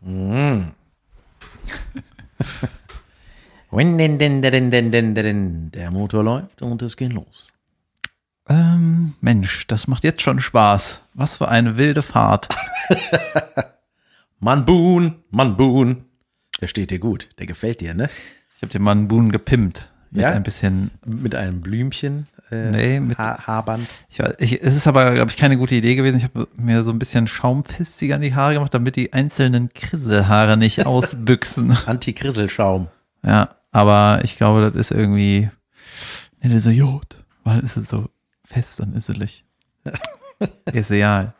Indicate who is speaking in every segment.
Speaker 1: Mm. Wenn denn, denn, denn, denn, denn, denn, der Motor läuft und es geht los.
Speaker 2: Ähm, Mensch, das macht jetzt schon Spaß. Was für eine wilde Fahrt.
Speaker 1: Mann Boon, Mann Boon. Der steht dir gut, der gefällt dir, ne?
Speaker 2: Ich habe den Mann Boon gepimpt. Mit
Speaker 1: Ja?
Speaker 2: ein bisschen.
Speaker 1: Mit einem Blümchen, äh,
Speaker 2: Nee, mit-
Speaker 1: ha Haarband.
Speaker 2: Ich, weiß- ich, es ist aber, glaube ich, keine gute Idee gewesen. Ich habe mir so ein bisschen Schaumpistiger an die Haare gemacht, damit die einzelnen Krisselhaare nicht ausbüchsen.
Speaker 1: Anti-Krisselschaum.
Speaker 2: Ja, aber ich glaube, das ist irgendwie nicht so jod, weil es ist so fest und üsselig. ist real.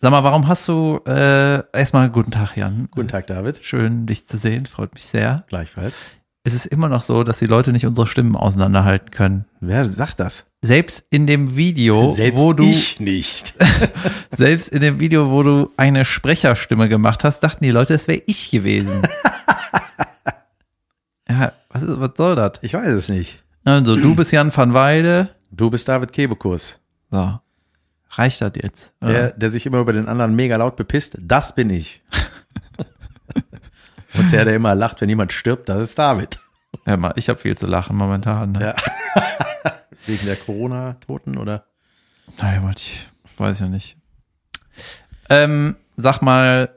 Speaker 2: Sag mal, warum hast du äh, erstmal guten Tag, Jan?
Speaker 1: Guten Tag, David.
Speaker 2: Schön, dich zu sehen, freut mich sehr.
Speaker 1: Gleichfalls.
Speaker 2: Es ist immer noch so, dass die Leute nicht unsere Stimmen auseinanderhalten können.
Speaker 1: Wer sagt das?
Speaker 2: Selbst in dem Video,
Speaker 1: Selbst
Speaker 2: wo du
Speaker 1: ich nicht.
Speaker 2: selbst in dem Video, wo du eine Sprecherstimme gemacht hast, dachten die Leute, das wäre ich gewesen. ja, was ist, was soll das?
Speaker 1: Ich weiß es nicht.
Speaker 2: Also, du bist Jan van Weide.
Speaker 1: Du bist David Kebekus,
Speaker 2: So. Reicht das jetzt? oder?
Speaker 1: der, der sich immer über den anderen mega laut bepisst. Das bin ich. Und der, der immer lacht, wenn jemand stirbt, das ist David.
Speaker 2: Hör mal, ich habe viel zu lachen momentan. Ne?
Speaker 1: Ja. Wegen der Corona-Toten oder?
Speaker 2: Nein, Ah, wollte ich, weiß ich noch nicht. Ähm, sag mal,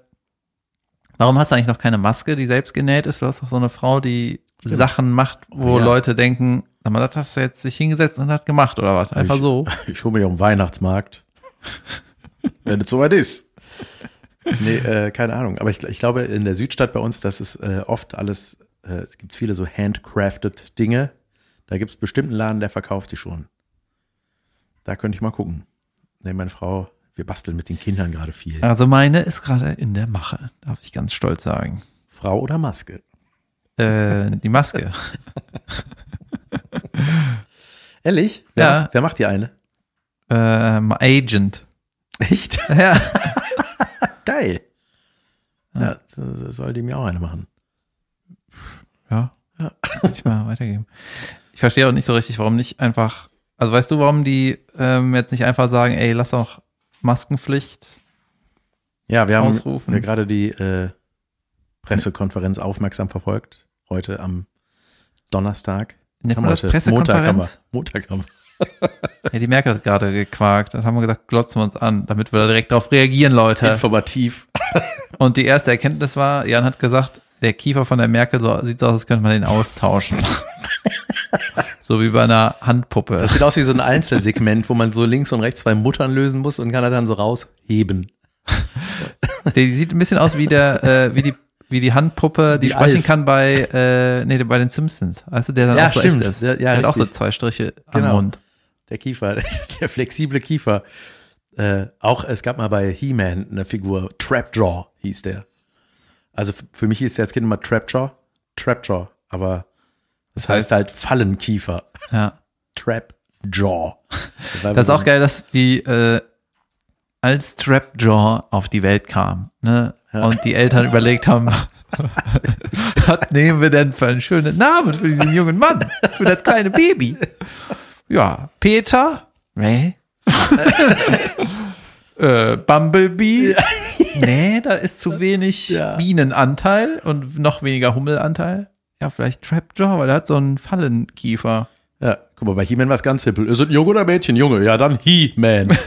Speaker 2: warum hast du eigentlich noch keine Maske, die selbst genäht ist? Du hast doch so eine Frau, die Sachen macht, wo
Speaker 1: Ja.
Speaker 2: Leute denken, sag mal, das hast du jetzt sich hingesetzt und hat gemacht oder was? Einfach
Speaker 1: ich,
Speaker 2: so.
Speaker 1: Ich hole mir die auf dem Weihnachtsmarkt. wenn es soweit ist. Nee, äh, keine Ahnung. Aber ich, ich glaube, in der Südstadt bei uns, das ist äh, oft alles, äh, es gibt viele so handcrafted Dinge. Da gibt es bestimmt einen Laden, der verkauft die schon. Da könnte ich mal gucken. Nee, meine Frau, wir basteln mit den Kindern gerade viel.
Speaker 2: Also meine ist gerade in der Mache, darf ich ganz stolz sagen.
Speaker 1: Frau oder Maske?
Speaker 2: Äh, die Maske.
Speaker 1: Ehrlich? Wer,
Speaker 2: Ja.
Speaker 1: macht- wer macht die eine?
Speaker 2: ähm, Agent.
Speaker 1: Echt?
Speaker 2: Ja.
Speaker 1: Geil. Ja, so- so soll die mir auch eine machen.
Speaker 2: Ja. Kann ich mal weitergeben. Ich verstehe auch nicht so richtig, warum nicht einfach, also weißt du, warum die ähm, jetzt nicht einfach sagen, ey, lass doch Maskenpflicht.
Speaker 1: Ja, wir haben
Speaker 2: Ausrufen.
Speaker 1: ja gerade die äh, Pressekonferenz aufmerksam verfolgt. Heute am Donnerstag.
Speaker 2: Nennt
Speaker 1: Haben
Speaker 2: man
Speaker 1: wir
Speaker 2: das
Speaker 1: heute. Montag haben wir.
Speaker 2: Pressekonferenz?
Speaker 1: Montag haben wir.
Speaker 2: Ja, die Merkel hat gerade gequakt. Dann haben wir gesagt, glotzen wir uns an, damit wir da direkt darauf reagieren, Leute.
Speaker 1: Informativ.
Speaker 2: Und die erste Erkenntnis war, Jan hat gesagt, der Kiefer von der Merkel so, sieht so aus, als könnte man den austauschen. so wie bei einer Handpuppe.
Speaker 1: Das sieht aus wie so ein Einzelsegment, wo man so links und rechts zwei Muttern lösen muss und kann er dann so rausheben.
Speaker 2: Die sieht ein bisschen aus wie der, äh, wie die, wie die Handpuppe, die,
Speaker 1: Die
Speaker 2: sprechen
Speaker 1: Alf.
Speaker 2: kann bei, äh, nee, bei den Simpsons. Weißt du, der dann
Speaker 1: Ja,
Speaker 2: auch so
Speaker 1: stimmt.
Speaker 2: echt ist.
Speaker 1: Ja, ja,
Speaker 2: der hat auch so
Speaker 1: richtig.
Speaker 2: zwei Striche am
Speaker 1: Genau.
Speaker 2: Mund.
Speaker 1: Der Kiefer, der flexible Kiefer. Äh, auch es gab mal bei He-Man eine Figur, Trapjaw hieß der. Also f- für mich hieß der als Kind immer Trapjaw, Trapjaw, aber das heißt halt Fallenkiefer.
Speaker 2: Ja.
Speaker 1: Trapjaw.
Speaker 2: Das ist auch geil, dass die, äh, als Trapjaw auf die Welt kam, ne?
Speaker 1: Ja.
Speaker 2: Und die Eltern überlegt haben, was nehmen wir denn für einen schönen Namen für diesen jungen Mann, für das kleine Baby? Ja, Peter? Nee. äh, Bumblebee? Nee, da ist zu wenig
Speaker 1: Ja.
Speaker 2: Bienenanteil und noch weniger Hummelanteil. Ja, vielleicht Trapjaw, weil er hat so einen Fallenkiefer.
Speaker 1: Ja, guck mal, bei He-Man war es ganz simpel. Ist es ein Junge oder ein Mädchen? Junge, ja, dann He-Man.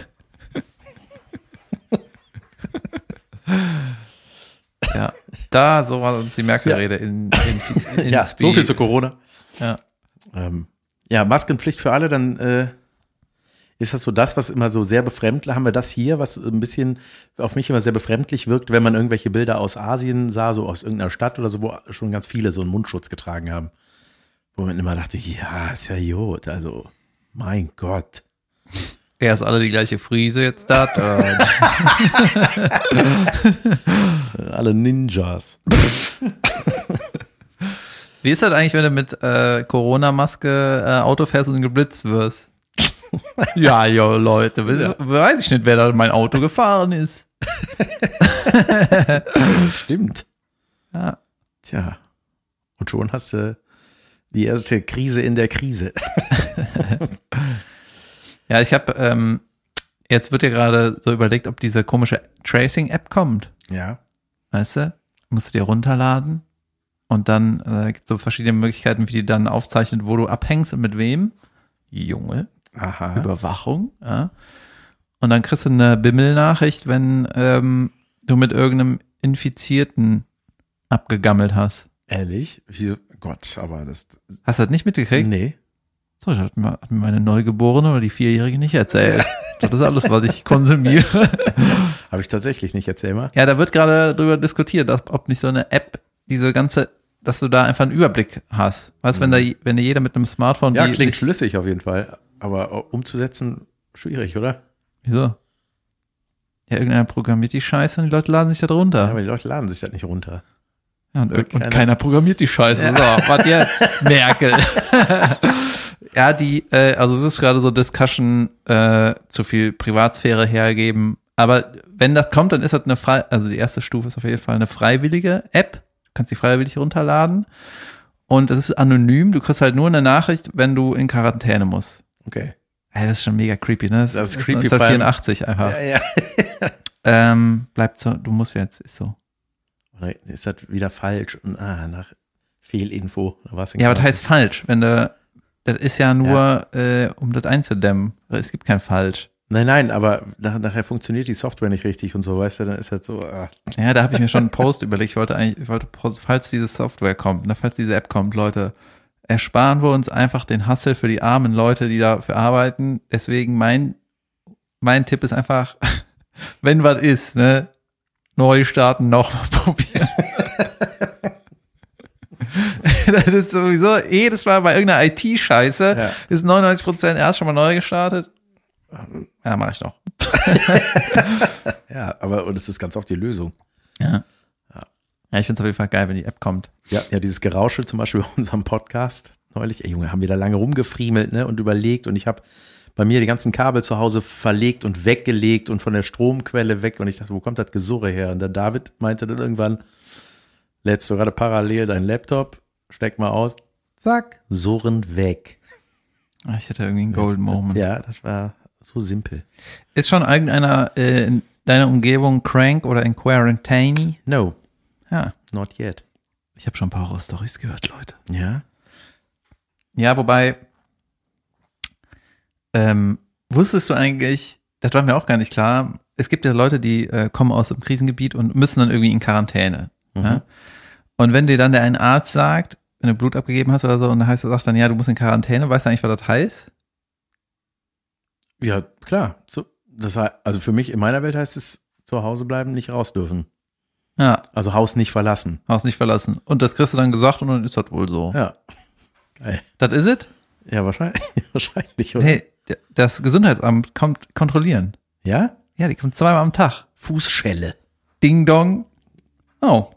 Speaker 2: Ja, da, so war uns die Merkel-Rede in, in, in
Speaker 1: ja,
Speaker 2: Speed.
Speaker 1: so viel zu Corona.
Speaker 2: Ja.
Speaker 1: Ähm, ja, Maskenpflicht für alle, dann äh, ist das so das, was immer so sehr befremdlich, haben wir das hier, was ein bisschen auf mich immer sehr befremdlich wirkt, wenn man irgendwelche Bilder aus Asien sah, so aus irgendeiner Stadt oder so, wo schon ganz viele so einen Mundschutz getragen haben. Wo man immer dachte, ja, ist ja Jod, also mein Gott.
Speaker 2: Erst alle die gleiche Frise, jetzt das. oder was?
Speaker 1: Alle Ninjas.
Speaker 2: Wie ist das eigentlich, wenn du mit äh, Corona-Maske äh, Auto fährst und geblitzt wirst? ja, jo, Leute, we weiß ich nicht, wer da in mein Auto gefahren ist.
Speaker 1: Stimmt.
Speaker 2: Ja.
Speaker 1: Tja. Und schon hast du die erste Krise in der Krise.
Speaker 2: Ja, ich habe, ähm, jetzt wird ja gerade so überlegt, ob diese komische Tracing-App kommt.
Speaker 1: Ja.
Speaker 2: Weißt du? Musst du dir runterladen. Und dann äh, gibt so verschiedene Möglichkeiten, wie die dann aufzeichnet, wo du abhängst und mit wem. Junge.
Speaker 1: Aha.
Speaker 2: Überwachung. Ja. Und dann kriegst du eine Bimmel-Nachricht, wenn ähm, du mit irgendeinem Infizierten abgegammelt hast.
Speaker 1: Ehrlich? Wie, Gott, aber das.
Speaker 2: Hast du das nicht mitgekriegt?
Speaker 1: Nee.
Speaker 2: So, das hat mir hat mir meine Neugeborene oder die Vierjährige nicht erzählt. Das ist alles, was ich konsumiere.
Speaker 1: Habe ich tatsächlich nicht. Erzähl mal.
Speaker 2: Ja, da wird gerade drüber diskutiert, dass, ob nicht so eine App diese ganze, dass du da einfach einen Überblick hast. Weißt, wenn da, je- wenn dir jeder mit einem Smartphone,
Speaker 1: Mhm. Ja,
Speaker 2: die
Speaker 1: klingt
Speaker 2: sich-
Speaker 1: schlüssig auf jeden Fall. Aber umzusetzen, schwierig, oder?
Speaker 2: Wieso? Ja, irgendeiner programmiert die Scheiße und die Leute laden sich da
Speaker 1: Ja,
Speaker 2: drunter.
Speaker 1: aber die Leute laden sich das nicht runter.
Speaker 2: Ja, und,
Speaker 1: und
Speaker 2: und keiner,
Speaker 1: keiner-
Speaker 2: programmiert die Scheiße. So, was jetzt? Merkel. ja, die, äh, also es ist gerade so Discussion, äh, zu viel Privatsphäre hergeben. Aber wenn das kommt, dann ist das eine frei, also die erste Stufe ist auf jeden Fall eine freiwillige App. Du kannst die freiwillig runterladen. Und es ist anonym. Du kriegst halt nur eine Nachricht, wenn du in Quarantäne musst.
Speaker 1: Okay.
Speaker 2: Ey, das ist schon mega creepy, ne?
Speaker 1: Das ist creepy, vor allem-
Speaker 2: 1984 einfach.
Speaker 1: ja.
Speaker 2: Ähm, bleib so, du musst jetzt, ist so.
Speaker 1: Oder ist das wieder falsch? Und, ah, nach Fehlinfo. Da war's in
Speaker 2: Ja, was
Speaker 1: Kram.
Speaker 2: heißt falsch? Wenn du, das ist ja nur, Äh, um das einzudämmen. Es gibt kein falsch.
Speaker 1: Nein, nein, aber nach, nachher funktioniert die Software nicht richtig und so, weißt du, dann ist halt so, ah,
Speaker 2: Ja, da habe ich mir schon einen Post überlegt. Ich wollte eigentlich, ich wollte, post- falls diese Software kommt, ne, falls diese App kommt, Leute, ersparen wir uns einfach den Hassel für die armen Leute, die dafür arbeiten. Deswegen mein, mein Tipp ist einfach, wenn was ist, ne, neu starten, nochmal probieren. das ist sowieso jedes Mal bei irgendeiner IT-Scheiße
Speaker 1: Ja.
Speaker 2: ist 99 Prozent erst schon mal neu gestartet. Ja, mache ich noch.
Speaker 1: ja, aber und es ist ganz oft die Lösung.
Speaker 2: Ja. Ja, ich finde es auf jeden Fall geil, wenn die App kommt.
Speaker 1: Ja, ja, dieses Gerausche zum Beispiel bei unserem Podcast neulich, ey Junge, haben wir da lange rumgefriemelt ne, und überlegt und ich habe bei mir die ganzen Kabel zu Hause verlegt und weggelegt und von der Stromquelle weg und ich dachte, wo kommt das Gesurre her? Und der David meinte dann irgendwann, lädst du gerade parallel deinen Laptop, steck mal aus, zack, Surren weg.
Speaker 2: Ah, Ich hatte irgendwie einen Golden Moment.
Speaker 1: Ja, das war so simpel.
Speaker 2: Ist schon irgendeiner äh, in deiner Umgebung crank oder in Quarantine?
Speaker 1: No,
Speaker 2: Ja.
Speaker 1: not yet.
Speaker 2: Ich habe schon ein paar Horror-Stories gehört, Leute.
Speaker 1: Ja,
Speaker 2: Ja, wobei, ähm, wusstest du eigentlich, das war mir auch gar nicht klar, es gibt ja Leute, die äh, kommen aus dem Krisengebiet und müssen dann irgendwie in Quarantäne.
Speaker 1: Mhm.
Speaker 2: Ja? Und wenn dir dann der ein Arzt sagt, wenn du Blut abgegeben hast oder so, und der heißt, sagt dann, ja, du musst in Quarantäne, weißt du eigentlich, was das heißt?
Speaker 1: Ja, klar. So, das hei- also für mich in meiner Welt heißt es zu Hause bleiben, nicht raus dürfen.
Speaker 2: Ja,
Speaker 1: Also Haus nicht verlassen.
Speaker 2: Haus nicht verlassen. Und das kriegst du dann gesagt und dann ist das wohl so.
Speaker 1: Ja. Geil.
Speaker 2: Das is it?
Speaker 1: Ja, wahrscheinlich. wahrscheinlich oder?
Speaker 2: Hey, d- das Gesundheitsamt kommt kontrollieren.
Speaker 1: Ja?
Speaker 2: Ja, die kommt zweimal am Tag.
Speaker 1: Fußschelle.
Speaker 2: Ding dong. Oh.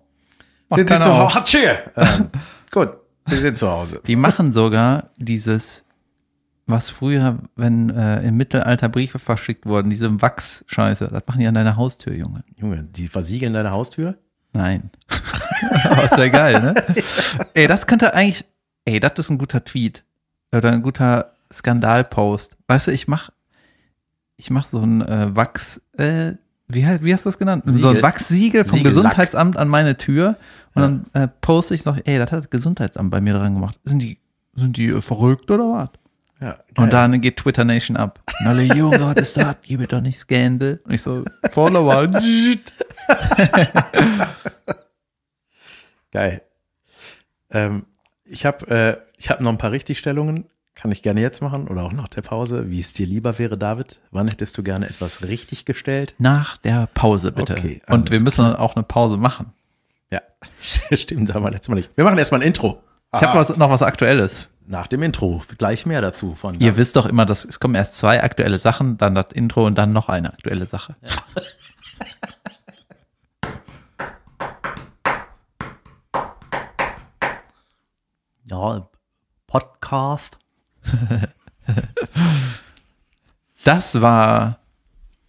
Speaker 2: Macht
Speaker 1: Sind Sie
Speaker 2: keiner
Speaker 1: zu
Speaker 2: auf.
Speaker 1: Hause? Hatschier! Ähm, gut, Sie sind zu Hause.
Speaker 2: Die machen sogar dieses, was früher, wenn äh, im Mittelalter Briefe verschickt wurden, diese Wachsscheiße, das machen die an deiner Haustür, Junge.
Speaker 1: Junge, die versiegeln deine Haustür?
Speaker 2: Nein. Aber es wäre geil, ne? ey, das könnte eigentlich, ey, das ist ein guter Tweet oder ein guter Skandalpost. Weißt du, ich mach, ich mach so ein äh, Wachs, äh, wie, he- wie hast du das genannt? So ein
Speaker 1: Siegel.
Speaker 2: Wachssiegel vom
Speaker 1: Siegellack.
Speaker 2: Gesundheitsamt an meine Tür und
Speaker 1: Ja.
Speaker 2: dann äh, poste ich noch, ey, das hat das Gesundheitsamt bei mir dran gemacht. Sind die, sind die äh, verrückt oder was?
Speaker 1: Ja.
Speaker 2: Und dann geht Twitter Nation ab. Und alle, Junge, was ist das? Gib mir doch nicht Scandal. Und ich so, Follower.
Speaker 1: Geil. Ähm, ich habe äh, ich hab noch ein paar Richtigstellungen. Kann ich gerne jetzt machen oder auch nach der Pause. Wie es dir lieber wäre, David. Wann hättest du gerne etwas richtig gestellt?
Speaker 2: Nach der Pause, bitte.
Speaker 1: Okay,
Speaker 2: und wir
Speaker 1: alles
Speaker 2: müssen auch eine Pause machen.
Speaker 1: Ja, stimmt, haben wir letztes Mal nicht. Wir machen erstmal ein Intro.
Speaker 2: Ich
Speaker 1: Ah.
Speaker 2: habe was, noch was Aktuelles.
Speaker 1: Nach dem Intro gleich mehr dazu von.
Speaker 2: Ihr wisst doch immer, dass, es kommen erst zwei aktuelle Sachen, dann das Intro und dann noch eine aktuelle Sache.
Speaker 1: ja, Podcast.
Speaker 2: Das war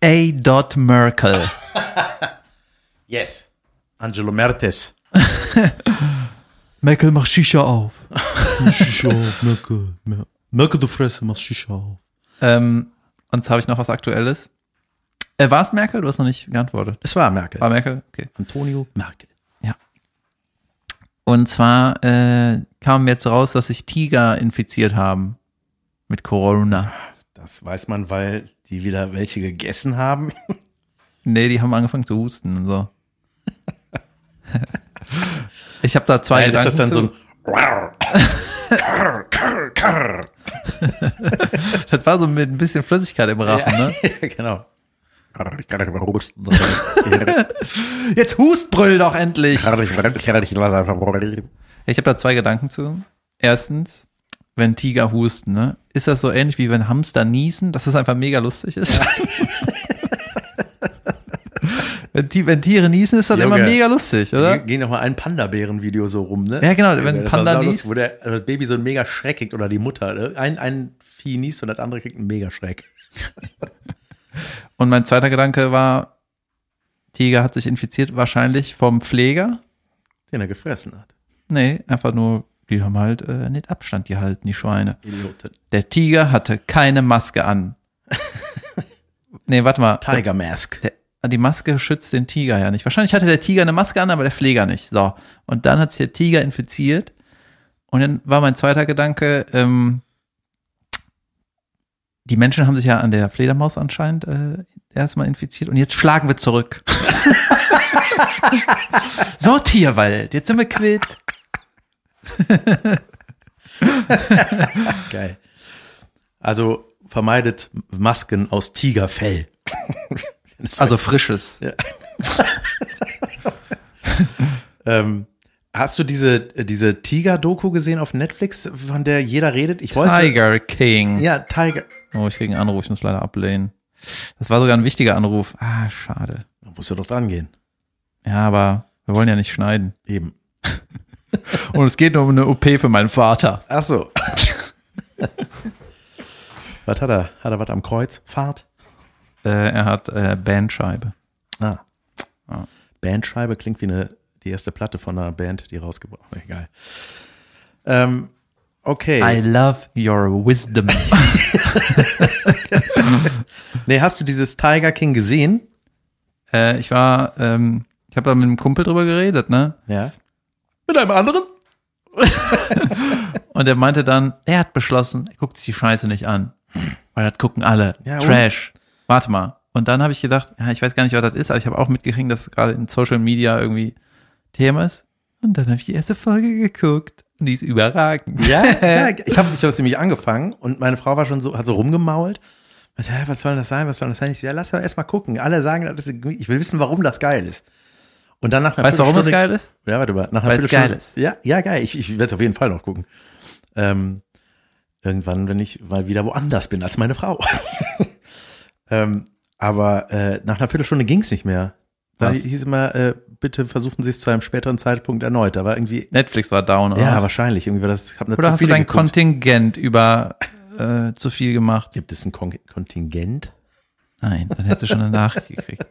Speaker 2: A. Dot Merkel.
Speaker 1: Yes. Angelo Mertes.
Speaker 2: Merkel macht Shisha auf.
Speaker 3: Shisha auf, Merkel. Mer- Merkel, du Fresse, machst Shisha auf.
Speaker 2: Ähm, und zwar habe ich noch was Aktuelles. Äh, war es Merkel? Du hast noch nicht geantwortet.
Speaker 1: Es war Merkel.
Speaker 2: War Merkel? Okay.
Speaker 1: Antonio Merkel.
Speaker 2: Und zwar äh, kam jetzt raus, dass sich Tiger infiziert haben mit Corona.
Speaker 1: Das weiß man, weil die wieder welche gegessen haben.
Speaker 2: Nee, die haben angefangen zu husten und so. ich habe da zwei
Speaker 1: Nein, ist
Speaker 2: Gedanken
Speaker 1: das dann
Speaker 2: zu.
Speaker 1: so ein Karr, karr, karr.
Speaker 2: das war so mit ein bisschen Flüssigkeit im Rachen, ne?
Speaker 1: genau. Ich kann nicht mehr husten.
Speaker 2: Jetzt hustbrüll doch endlich.
Speaker 1: Ich kann nicht mehr- ich kann nicht mehr-
Speaker 2: Ich habe da zwei Gedanken zu. Erstens, wenn Tiger husten, ne? Ist das so ähnlich wie wenn Hamster niesen, dass das einfach mega lustig ist? wenn, die, wenn Tiere niesen, ist das
Speaker 1: Junge.
Speaker 2: immer mega lustig, oder?
Speaker 1: Ge- Ging noch mal ein Panda-Bären-Video so rum, ne?
Speaker 2: Ja, genau, wenn
Speaker 1: Das war
Speaker 2: Panda
Speaker 1: saulustig,
Speaker 2: niest.
Speaker 1: Wo der, also das Baby so einen mega Schreck kriegt oder die Mutter. ne? Ein, ein Vieh niest und das andere kriegt einen mega Schreck.
Speaker 2: Und mein zweiter Gedanke war, Tiger hat sich infiziert, wahrscheinlich vom Pfleger.
Speaker 1: Den er gefressen hat.
Speaker 2: Nee, einfach nur, die haben halt äh, nicht Abstand gehalten, die Schweine.
Speaker 1: Idioten.
Speaker 2: Der Tiger hatte keine Maske an. nee, warte mal.
Speaker 1: Tiger Mask.
Speaker 2: Der, die Maske schützt den Tiger ja nicht. Wahrscheinlich hatte der Tiger eine Maske an, aber der Pfleger nicht. So. Und dann hat sich der Tiger infiziert. Und dann war mein zweiter Gedanke, ähm, die Menschen haben sich ja an der Fledermaus anscheinend äh, erstmal infiziert und jetzt schlagen wir zurück. so, Tierwald, jetzt sind wir quitt.
Speaker 1: Geil. Also vermeidet Masken aus Tigerfell.
Speaker 2: Also frisches.
Speaker 1: Ähm, hast du diese, diese Tiger-Doku gesehen auf Netflix, von der jeder redet? Ich wollte.
Speaker 2: Tiger King.
Speaker 1: Ja, Tiger.
Speaker 2: Oh, ich kriege einen Anruf, ich muss leider ablehnen. Das war sogar ein wichtiger Anruf. Ah, schade.
Speaker 1: Da musst du doch dran gehen.
Speaker 2: Ja, aber wir wollen ja nicht schneiden.
Speaker 1: Eben.
Speaker 2: Und es geht um eine OP für meinen Vater.
Speaker 1: Ach so. was hat er? Hat er was am Kreuz? Fahrt?
Speaker 2: Äh, er hat äh, Bandscheibe.
Speaker 1: Ah.
Speaker 2: Ja.
Speaker 1: Bandscheibe klingt wie eine, die erste Platte von einer Band, die rausgebracht Egal. Ähm, okay.
Speaker 2: I love your wisdom.
Speaker 1: Nee, hast du dieses Tiger King gesehen?
Speaker 2: äh, ich war, ähm, ich habe da mit einem Kumpel drüber geredet, ne?
Speaker 1: Ja.
Speaker 2: Mit einem anderen? Und er meinte dann, er hat beschlossen, er guckt sich die Scheiße nicht an. Weil das gucken alle.
Speaker 1: Ja, und?
Speaker 2: Trash. Warte mal. Und dann habe ich gedacht, ja, ich weiß gar nicht, was das ist, aber ich habe auch mitgekriegt, dass es gerade in Social Media irgendwie Thema ist. Und dann habe ich die erste Folge geguckt. Und die ist überragend.
Speaker 1: Ja, ja ich habe ich hab's nämlich angefangen und meine Frau war schon so, hat so rumgemault. Was, hä, was soll das sein? Was soll das sein? Ich so, ja, lass doch erst mal gucken. Alle sagen, das ist, irgendwie- ich will wissen, warum das geil ist. Und dann nach einer
Speaker 2: Weißt du, warum das
Speaker 1: Viertelstunde-
Speaker 2: geil ist?
Speaker 1: Ja, warte mal. Nach einer
Speaker 2: Weil's
Speaker 1: Viertelstunde-
Speaker 2: geil ist.
Speaker 1: Ja, ja, geil. Ich, ich werde es auf jeden Fall noch gucken. Ähm, irgendwann, wenn ich mal wieder woanders bin als meine Frau. ähm, aber äh, nach einer Viertelstunde ging es nicht mehr. Da
Speaker 2: Was?
Speaker 1: hieß immer, äh, bitte versuchen Sie es zu einem späteren Zeitpunkt erneut. Da war irgendwie,
Speaker 2: Netflix war down, oder?
Speaker 1: ja, wahrscheinlich. Irgendwie war das, hab
Speaker 2: Oder hast du dein
Speaker 1: Kontingent?
Speaker 2: Kontingent über äh, zu viel gemacht?
Speaker 1: Gibt es ein Kon Kontingent?
Speaker 2: Nein, dann hättest du schon eine Nachricht gekriegt.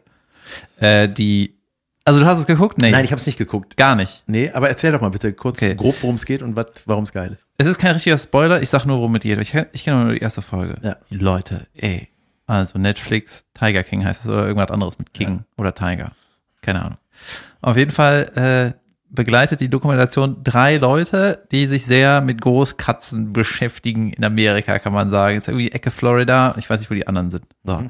Speaker 2: Äh, die, also du hast es geguckt? Nee,
Speaker 1: Nein, ich habe es nicht geguckt.
Speaker 2: gar nicht.
Speaker 1: Nee, aber erzähl doch mal bitte kurz
Speaker 2: Okay.
Speaker 1: grob, worum es geht und warum es geil ist.
Speaker 2: Es ist kein richtiger Spoiler, ich sag nur, worum es geht. Ich, ich kenne nur die erste Folge.
Speaker 1: Ja.
Speaker 2: Leute, ey. Also Netflix, Tiger King heißt es oder irgendwas anderes mit King oder Tiger. Keine Ahnung. Auf jeden Fall äh, begleitet die Dokumentation drei Leute, die sich sehr mit Großkatzen beschäftigen in Amerika, kann man sagen. Ist irgendwie Ecke Florida, ich weiß nicht, wo die anderen sind. So.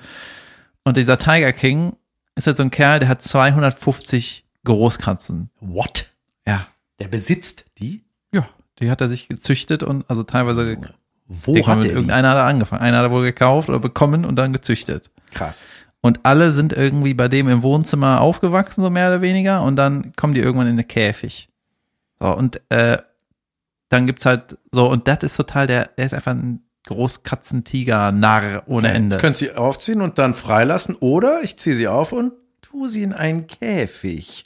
Speaker 2: Und dieser Tiger King ist halt so ein Kerl, der hat 250 Großkatzen.
Speaker 1: What?
Speaker 2: Ja.
Speaker 1: Der besitzt die?
Speaker 2: Ja, die hat er sich gezüchtet und also teilweise ge-
Speaker 1: Wo
Speaker 2: Die
Speaker 1: hat
Speaker 2: mit
Speaker 1: der die?
Speaker 2: irgendeiner hat er angefangen. Einer hat er wohl gekauft oder bekommen und dann gezüchtet.
Speaker 1: Krass.
Speaker 2: Und alle sind irgendwie bei dem im Wohnzimmer aufgewachsen, so mehr oder weniger, und dann kommen die irgendwann in den Käfig. So, und äh, dann gibt's halt so, und das ist total, der, der ist einfach ein Großkatzentiger-Narr ohne Ende.
Speaker 1: Ich könnte sie aufziehen und dann freilassen oder ich ziehe sie auf und tue sie in einen Käfig.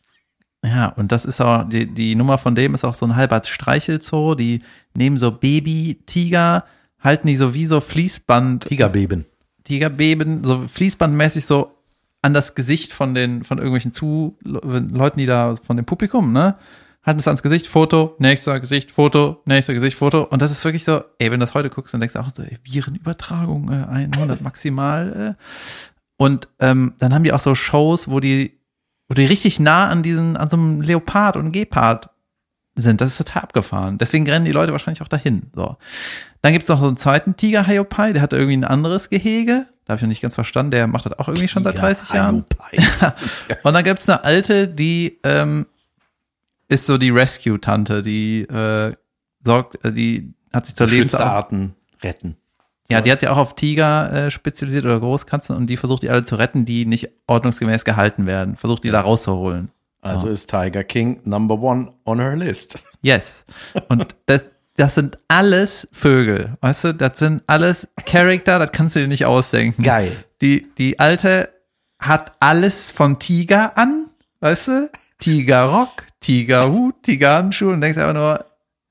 Speaker 2: Ja, und das ist auch, die, die Nummer von dem ist auch so ein halber Streichelzoo. Die nehmen so Baby-Tiger, halten die so wie so Fließband.
Speaker 1: Tigerbeben.
Speaker 2: Tigerbeben, so fließbandmäßig so an das Gesicht von den, von irgendwelchen zu Leuten, die da, von dem Publikum, ne? Hatten es ans Gesicht, Foto, nächster Gesicht, Foto, nächster Gesicht, Foto. Und das ist wirklich so, ey, wenn du das heute guckst, dann denkst du auch so, ey, Virenübertragung, äh, 100 maximal. Äh. Und ähm, dann haben die auch so Shows, wo die, wo die richtig nah an diesen, an so einem Leopard und Gepard sind. Das ist total abgefahren. Deswegen rennen die Leute wahrscheinlich auch dahin. So. Dann gibt's noch so einen zweiten Tiger Hayopai, der hat irgendwie ein anderes Gehege. Da habe ich noch nicht ganz verstanden, der macht das auch irgendwie schon seit 30 Jahren. Und dann gibt's eine alte, die ähm, ist so die Rescue-Tante, die äh, sorgt, äh, die hat sich zur
Speaker 1: Schönste
Speaker 2: Lebensart.
Speaker 1: Arten retten.
Speaker 2: Ja, die hat sich auch auf Tiger äh, spezialisiert oder Großkatzen und die versucht die alle zu retten, die nicht ordnungsgemäß gehalten werden. Versucht die da rauszuholen.
Speaker 1: Also ist Tiger King number one on her list.
Speaker 2: Yes. Und das, das sind alles Vögel, weißt du? Das sind alles Charakter, das kannst du dir nicht ausdenken.
Speaker 1: Geil.
Speaker 2: Die, die alte hat alles von Tiger an, weißt du? Tigerrock, Tigerhut, Tigerhandschuhe und denkst einfach nur,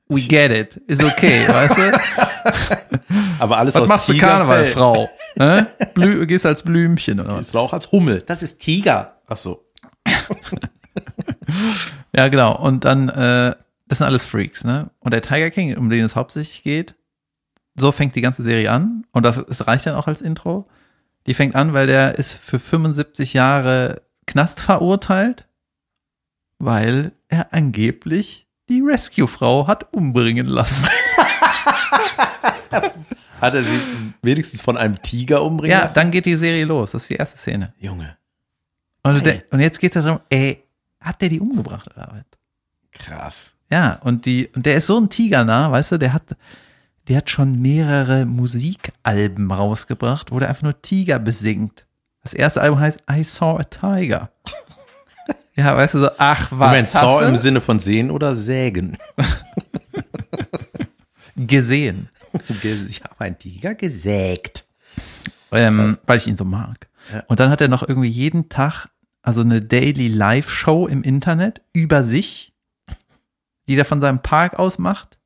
Speaker 2: we get it, ist okay, weißt du?
Speaker 1: Aber alles
Speaker 2: Was
Speaker 1: aus
Speaker 2: machst du
Speaker 1: Tigerfell.
Speaker 2: Karneval, Frau? Ne? Blü gehst als Blümchen oder was?
Speaker 1: Ist doch auch als Hummel. Das ist Tiger. Ach so.
Speaker 2: Ja, genau. Und dann, äh, das sind alles Freaks, ne? Und der Tiger King, um den es hauptsächlich geht, so fängt die ganze Serie an. Und das, es reicht dann auch als Intro. Die fängt an, weil der ist für 75 Jahre Knast verurteilt, weil er angeblich die Rescue-Frau hat umbringen lassen.
Speaker 1: Hat er sie wenigstens von einem Tiger umbringen
Speaker 2: ja,
Speaker 1: lassen?
Speaker 2: dann geht die Serie los. Das ist die erste Szene.
Speaker 1: Junge,
Speaker 2: Und, du
Speaker 1: Geil.
Speaker 2: denk- und jetzt geht's darum, ey, hat der die umgebracht oder was?
Speaker 1: krass.
Speaker 2: Ja, und die, und der ist so ein Tiger nah, weißt du, der hat, der hat schon mehrere Musikalben rausgebracht, wo der einfach nur Tiger besingt. Das erste Album heißt I Saw a Tiger. ja, weißt du, so, ach, was.
Speaker 1: Moment,
Speaker 2: hast
Speaker 1: Saw
Speaker 2: du
Speaker 1: im Sinne von sehen oder sägen?
Speaker 2: gesehen.
Speaker 1: Ich habe einen Tiger gesägt.
Speaker 2: Ähm, weil ich ihn so mag.
Speaker 1: Ja.
Speaker 2: Und dann hat er noch irgendwie jeden Tag, also eine Daily Live Show im Internet über sich, die der von seinem Park aus macht.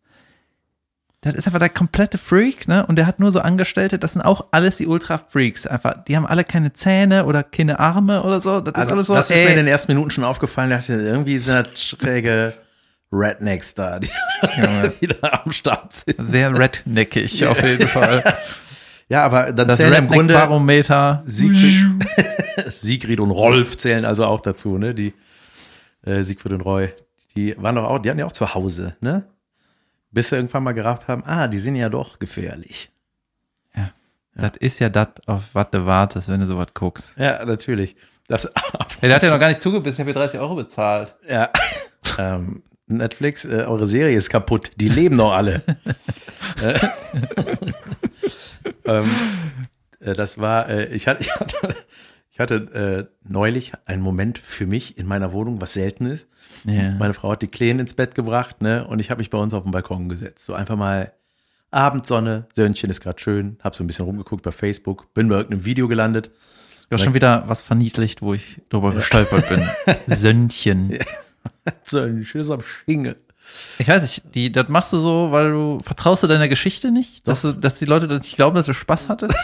Speaker 2: Das ist einfach der komplette Freak, ne? Und der hat nur so Angestellte, das sind auch alles die Ultra-Freaks. Einfach, die haben alle keine Zähne oder keine Arme oder so. Das ist
Speaker 1: Also,
Speaker 2: alles so.
Speaker 1: das ist mir
Speaker 2: ey.
Speaker 1: in den ersten Minuten schon aufgefallen. Da dachte ich, irgendwie sind das schräge Rednecks da, die,
Speaker 2: Junge.
Speaker 1: die da am Start sind.
Speaker 2: sehr redneckig auf jeden Fall.
Speaker 1: Ja, aber dann
Speaker 2: Das
Speaker 1: zählen im Grunde
Speaker 2: Redneck-Barometer.
Speaker 1: Siegfried, Siegfried und Rolf zählen also auch dazu, ne? Die äh, Siegfried und Roy, die waren doch auch, die hatten ja auch zu Hause, ne? Bis sie irgendwann mal gerafft haben, ah, die sind ja doch gefährlich.
Speaker 2: Das ist ja das, auf was du wartest, wenn du sowas guckst.
Speaker 1: Ja, natürlich. Das,
Speaker 2: Ja, der hat ja noch gar nicht zugebissen, ich habe hier 30 Euro bezahlt.
Speaker 1: ja. ähm, Netflix, äh, eure Serie ist kaputt. Die leben noch alle. Äh, ähm, äh, das war, äh, ich hatte, ich hatte, ich hatte äh, neulich einen Moment für mich in meiner Wohnung, was selten ist.
Speaker 2: Ja.
Speaker 1: Meine Frau hat die Kleen ins Bett gebracht, ne? Und ich habe mich bei uns auf den Balkon gesetzt. So einfach mal Abendsonne, Söhnchen ist gerade schön, habe so ein bisschen rumgeguckt bei Facebook, bin bei irgendeinem Video gelandet.
Speaker 2: Du hast schon wieder was verniedlicht, wo ich drüber gestolpert bin. Söndchen.
Speaker 1: Söhnchen ist am Schinge.
Speaker 2: Ich weiß nicht, die, das machst du so, weil du vertraust du deiner Geschichte nicht, dass, du, dass die Leute das nicht glauben, dass du Spaß hattest.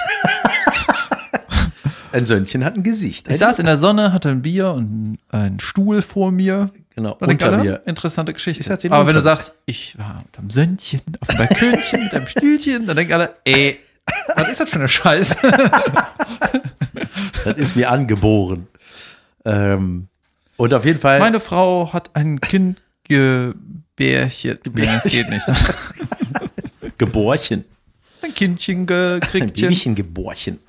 Speaker 1: Ein Söhnchen hat ein Gesicht.
Speaker 2: Ich saß in der Sonne, hatte ein Bier und einen Stuhl vor mir.
Speaker 1: genau,
Speaker 2: Und denke,
Speaker 1: unter
Speaker 2: Alter,
Speaker 1: mir.
Speaker 2: Interessante Geschichte.
Speaker 1: Ich hatte ihn
Speaker 2: Aber wenn du
Speaker 1: unter
Speaker 2: sagst, ich war mit einem Söndchen, auf dem Balkönchen, mit einem Stühlchen, dann denken alle, ey, was ist das für eine Scheiße?
Speaker 1: Das ist mir angeboren. Ähm, und auf jeden Fall.
Speaker 2: Meine Frau hat ein Kind gebärchen. Nee, das geht nicht.
Speaker 1: Geborchen.
Speaker 2: ein Kindchen
Speaker 1: Ein
Speaker 2: gekriegt.
Speaker 1: Babychen geborchen.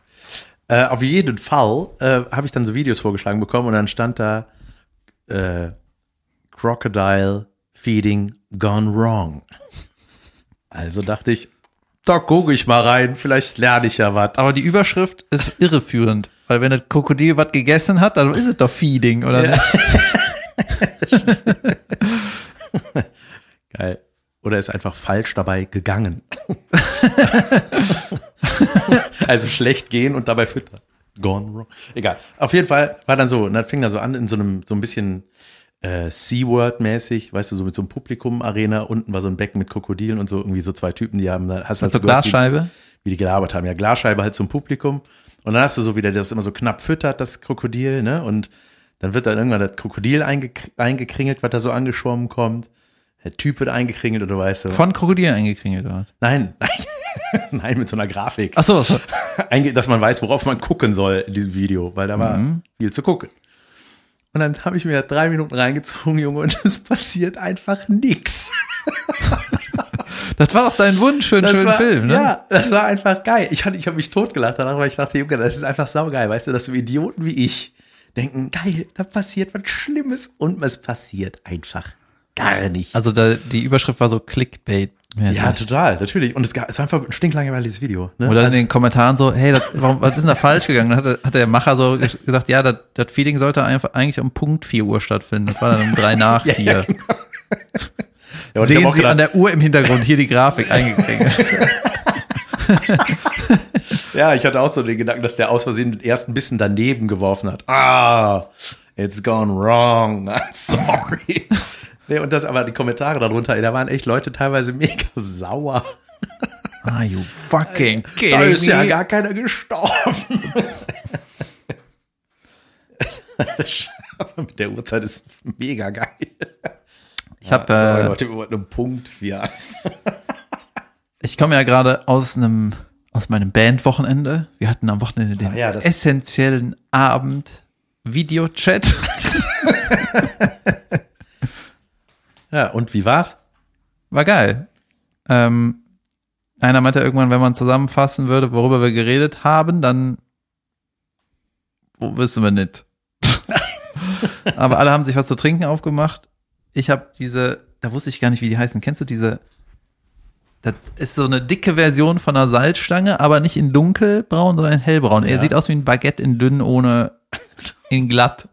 Speaker 1: Äh, auf jeden Fall äh, habe ich dann so Videos vorgeschlagen bekommen und dann stand da äh, Crocodile Feeding Gone Wrong. Also dachte ich, da gucke ich mal rein, vielleicht lerne ich ja was.
Speaker 2: Aber die Überschrift ist irreführend, weil wenn das Krokodil was gegessen hat, dann ist es doch Feeding, oder nicht?
Speaker 1: Geil. Oder ist einfach falsch dabei gegangen. also schlecht gehen und dabei füttern. Gone wrong. Egal. Auf jeden Fall war dann so, und dann fing dann so an in so einem, so ein bisschen äh, Sea-World-mäßig, weißt du, so mit so einem Publikum-Arena. Unten war so ein Becken mit Krokodilen und so irgendwie so zwei Typen, die haben da, hast halt
Speaker 2: So
Speaker 1: gehört, wie-
Speaker 2: Glasscheibe.
Speaker 1: wie die gelabert haben. Ja, Glasscheibe halt zum Publikum. Und dann hast du so wieder, das immer so knapp füttert, das Krokodil, ne? Und dann wird dann irgendwann das Krokodil einge eingekringelt, was da so angeschwommen kommt. Der Typ wird eingekringelt oder weißt du.
Speaker 2: Von Krokodilen eingekringelt wird.
Speaker 1: nein, nein. nein, mit so einer Grafik.
Speaker 2: Ach so, so.
Speaker 1: Einge dass man weiß, worauf man gucken soll in diesem Video, weil da war viel zu gucken. Und dann habe ich mir drei Minuten reingezogen, Junge, und es passiert einfach nichts.
Speaker 2: Das war doch dein Wunsch für einen schönen
Speaker 1: war,
Speaker 2: Film, ne?
Speaker 1: Ja, das war einfach geil. Ich, hatte- ich habe mich totgelacht danach, weil ich dachte, Junge, das ist einfach saugeil, weißt du, dass so Idioten wie ich denken, geil, da passiert was Schlimmes und es passiert einfach gar nichts.
Speaker 2: Also da, die Überschrift war so Clickbait.
Speaker 1: ja, total, natürlich. Und es, ga- es war einfach ein stinklangweiliges Video. Ne?
Speaker 2: Oder in
Speaker 1: also,
Speaker 2: den Kommentaren so, hey, das, warum, was ist denn da falsch gegangen? Dann hat, der- hat der Macher so ges- gesagt, ja, das, das Feeling sollte einfach eigentlich um Punkt 4 Uhr stattfinden. Das war dann um drei nach
Speaker 1: Ja,
Speaker 2: 4.
Speaker 1: ja, genau. ja, und ich hab
Speaker 2: Sehen
Speaker 1: auch
Speaker 2: Sie
Speaker 1: gedacht,
Speaker 2: an der Uhr im Hintergrund hier die Grafik eingekriegt.
Speaker 1: Ja, ich hatte auch so den Gedanken, dass der aus Versehen den ersten Bissen daneben geworfen hat. Ah, it's gone wrong. I'm sorry. nee, und das, aber die Kommentare darunter, ey, da waren echt Leute teilweise mega sauer.
Speaker 2: Are Ah, you fucking kidding
Speaker 1: Da ist ja
Speaker 2: me?
Speaker 1: gar keiner gestorben. Mit der Uhrzeit ist mega geil.
Speaker 2: Ich habe
Speaker 1: Sorry,
Speaker 2: äh,
Speaker 1: Leute, wir wollten einen Punkt. Wir
Speaker 2: Ich komme ja gerade aus einem aus meinem Bandwochenende. Wir hatten am Wochenende den
Speaker 1: Ah, ja, das-
Speaker 2: essentiellen Abend Videochat.
Speaker 1: ja, und wie war's?
Speaker 2: War geil. Ähm, einer meinte irgendwann, wenn man zusammenfassen würde, worüber wir geredet haben, dann wo wissen wir nicht. Aber alle haben sich was zu trinken aufgemacht. Ich habe diese, da wusste ich gar nicht, wie die heißen. Kennst du diese? Das ist so eine dicke Version von einer Salzstange, aber nicht in dunkelbraun, sondern in hellbraun. Er
Speaker 1: Ja.
Speaker 2: sieht aus wie ein Baguette in dünn ohne in glatt.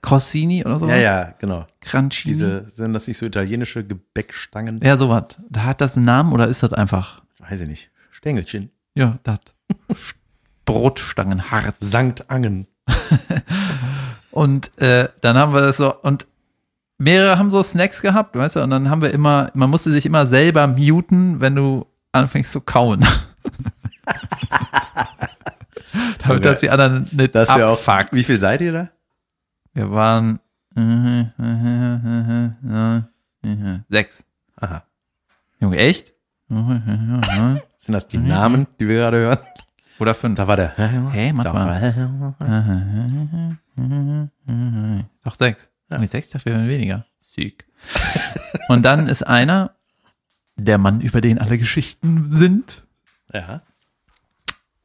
Speaker 2: Crossini oder so?
Speaker 1: Ja, ja, genau.
Speaker 2: Crunchy.
Speaker 1: Diese, sind das nicht so italienische Gebäckstangen?
Speaker 2: Ja, sowas. Da hat das einen Namen oder ist das einfach?
Speaker 1: Weiß ich nicht. Stängelchen.
Speaker 2: Ja, das. Brotstangen hart.
Speaker 1: Sankt Angen.
Speaker 2: Und äh, dann haben wir das so, und mehrere haben so Snacks gehabt, weißt du, und dann haben wir immer, man musste sich immer selber muten, wenn du anfängst zu kauen. Damit das die anderen nicht
Speaker 1: Das wäre auch.
Speaker 2: abfuckt.
Speaker 1: Wie viel seid ihr da?
Speaker 2: Wir waren sechs.
Speaker 1: Aha.
Speaker 2: Junge, echt?
Speaker 1: Sind das die Namen, die wir gerade hören?
Speaker 2: Oder fünf.
Speaker 1: Da war der.
Speaker 2: Hey, mach
Speaker 1: da war-
Speaker 2: Doch sechs. Ja. Mit sechs dachte ich, wir wären weniger. Sieg. Und dann ist einer, der Mann, über den alle Geschichten sind,
Speaker 1: Ja.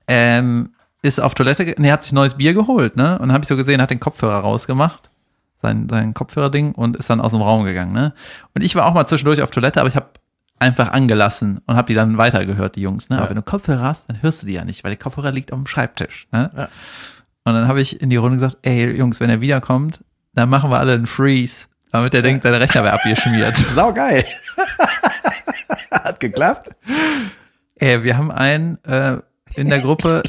Speaker 2: ähm, ist auf Toilette, ge- nee, hat sich neues Bier geholt, ne? Und dann habe ich so gesehen, hat den Kopfhörer rausgemacht, sein, sein Kopfhörerding und ist dann aus dem Raum gegangen, ne? Und ich war auch mal zwischendurch auf Toilette, aber ich habe einfach angelassen und habe die dann weitergehört, die Jungs, ne? Aber
Speaker 1: Ja.
Speaker 2: wenn du Kopfhörer hast, dann hörst du die ja nicht, weil der Kopfhörer liegt auf dem Schreibtisch, ne?
Speaker 1: Ja.
Speaker 2: Und dann habe ich in die Runde gesagt, ey, Jungs, wenn er wiederkommt, dann machen wir alle einen Freeze, damit er denkt, sein Rechner wäre abgeschmiert.
Speaker 1: Sau geil. Hat geklappt.
Speaker 2: ey, wir haben einen äh, in der Gruppe,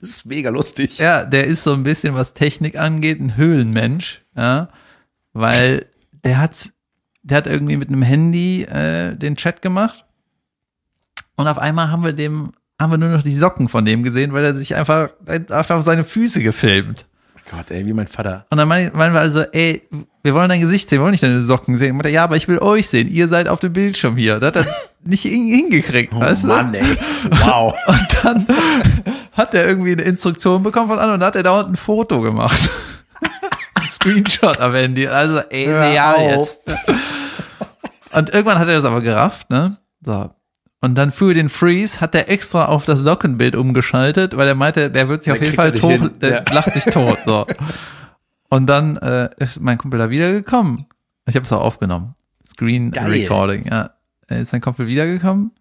Speaker 1: Ist mega lustig.
Speaker 2: Ja, der ist so ein bisschen, was Technik angeht, ein Höhlenmensch, ja, weil der hat, der hat irgendwie mit einem Handy äh, den Chat gemacht und auf einmal haben wir dem, haben wir nur noch die Socken von dem gesehen, weil er sich einfach, einfach auf seine Füße gefilmt.
Speaker 1: Gott, ey, wie mein Vater.
Speaker 2: Und dann meinen meinen wir also, ey, wir wollen dein Gesicht sehen, wir wollen nicht deine Socken sehen. Und meinte, ja, aber ich will euch sehen, ihr seid auf dem Bildschirm hier. Da hat er nicht hin- hingekriegt, weißt du?
Speaker 1: Oh ey. Wow.
Speaker 2: Und dann hat er irgendwie eine Instruktion bekommen von anderen und hat er da unten ein Foto gemacht. Ein Screenshot am Handy. Also, ey,
Speaker 1: Hör
Speaker 2: ja,
Speaker 1: auf.
Speaker 2: jetzt. Und irgendwann hat er das aber gerafft, ne? So. Und dann für den Freeze hat er extra auf das Sockenbild umgeschaltet, weil er meinte, der wird sich
Speaker 1: Der
Speaker 2: auf jeden
Speaker 1: kriegt er
Speaker 2: Fall
Speaker 1: nicht
Speaker 2: tot,
Speaker 1: hin.
Speaker 2: der
Speaker 1: Ja.
Speaker 2: lacht sich tot, so. Und dann äh, ist mein Kumpel da wiedergekommen. Ich habe es auch aufgenommen. Screen
Speaker 1: Geil.
Speaker 2: Recording, ja. Äh, Ist mein Kumpel wiedergekommen?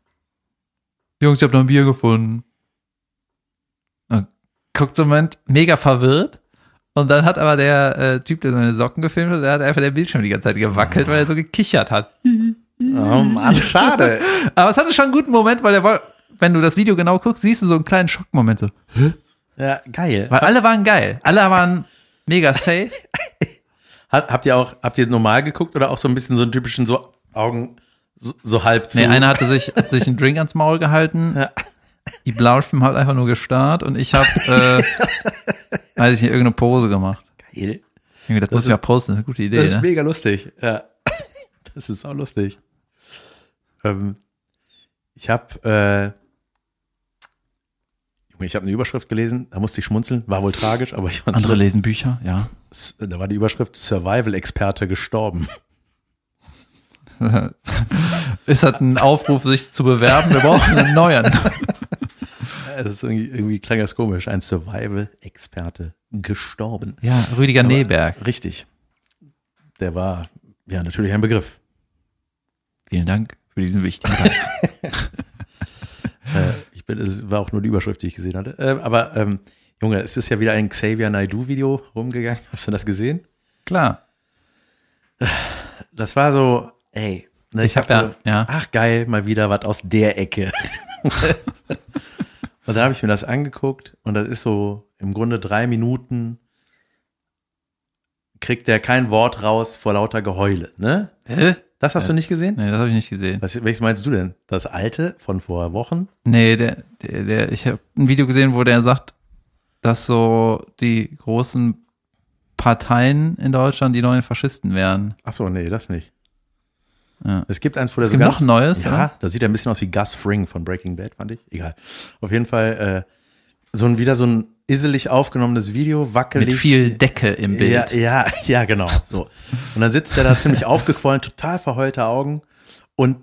Speaker 2: Jungs, ich habe noch ein Bier gefunden. Und guckt so einen Moment mega verwirrt. Und dann hat aber der äh, Typ, der seine Socken gefilmt hat, der hat einfach der Bildschirm die ganze Zeit gewackelt, weil er so gekichert hat.
Speaker 1: Oh Mann, schade.
Speaker 2: Aber es hatte schon einen guten Moment, weil der war, wenn du das Video genau guckst, siehst du so einen kleinen Schockmoment so.
Speaker 1: Ja, geil.
Speaker 2: Weil alle waren geil. Alle waren mega safe.
Speaker 1: Hat, habt ihr auch, habt ihr normal geguckt oder auch so ein bisschen so einen typischen so Augen so, so halb zu?
Speaker 2: Nee, einer hatte sich, hat sich einen Drink ans Maul gehalten.
Speaker 1: Ja.
Speaker 2: Die Blauschwimm hat einfach nur gestarrt und ich habe, äh, weiß ich nicht, irgendeine Pose gemacht.
Speaker 1: Geil.
Speaker 2: Junge, das, muss ich mal posten, das ist eine gute Idee.
Speaker 1: Das ist
Speaker 2: Ne?
Speaker 1: mega lustig. Ja. Das ist auch lustig. Ähm, ich habe, äh, Junge, ich habe eine Überschrift gelesen, da musste ich schmunzeln, war wohl tragisch, aber ich fand
Speaker 2: Andere lesen Bücher, ja.
Speaker 1: da war die Überschrift Survival-Experte gestorben.
Speaker 2: Ist halt ein Aufruf, sich zu bewerben. Wir brauchen einen neuen.
Speaker 1: Es ist irgendwie, irgendwie klang das komisch, ein Survival-Experte gestorben.
Speaker 2: Ja, Rüdiger
Speaker 1: Aber-
Speaker 2: Neberg.
Speaker 1: Richtig. Der war ja natürlich ein Begriff.
Speaker 2: Vielen Dank für diesen wichtigen Tag.
Speaker 1: Äh, ich bin, es war auch nur die Überschrift, die ich gesehen hatte. Äh, aber ähm, Junge, es ist ja wieder ein Xavier Naidoo-Video rumgegangen. Hast du das gesehen?
Speaker 2: Klar.
Speaker 1: Das war so, ey, ne, ich,
Speaker 2: Ich hab
Speaker 1: hab habe
Speaker 2: da- ja.
Speaker 1: ach geil, mal wieder was aus der Ecke. und da habe ich mir das angeguckt und das ist so im Grunde drei Minuten kriegt der kein Wort raus vor lauter Geheule, ne?
Speaker 2: Hä?
Speaker 1: Das hast du nicht gesehen?
Speaker 2: Nee, das habe ich nicht gesehen.
Speaker 1: Was, welches meinst du denn? Das alte von vor Wochen?
Speaker 2: Nee, der, der, der, ich habe ein Video gesehen, wo der sagt, dass so die großen Parteien in Deutschland die neuen Faschisten wären.
Speaker 1: Ach so, nee, das nicht.
Speaker 2: Ja.
Speaker 1: Es gibt eins, wo der
Speaker 2: Es gibt noch ein neues,
Speaker 1: Ja,
Speaker 2: oder?
Speaker 1: das sieht ein bisschen aus wie Gus Fring von Breaking Bad, fand ich. Egal. Auf jeden Fall äh, so ein wieder so ein iselig aufgenommenes Video, wackelig.
Speaker 2: Mit viel Decke im Bild.
Speaker 1: Ja, ja, ja, genau. So. Und dann sitzt er da ziemlich aufgequollen, total verheulte Augen. Und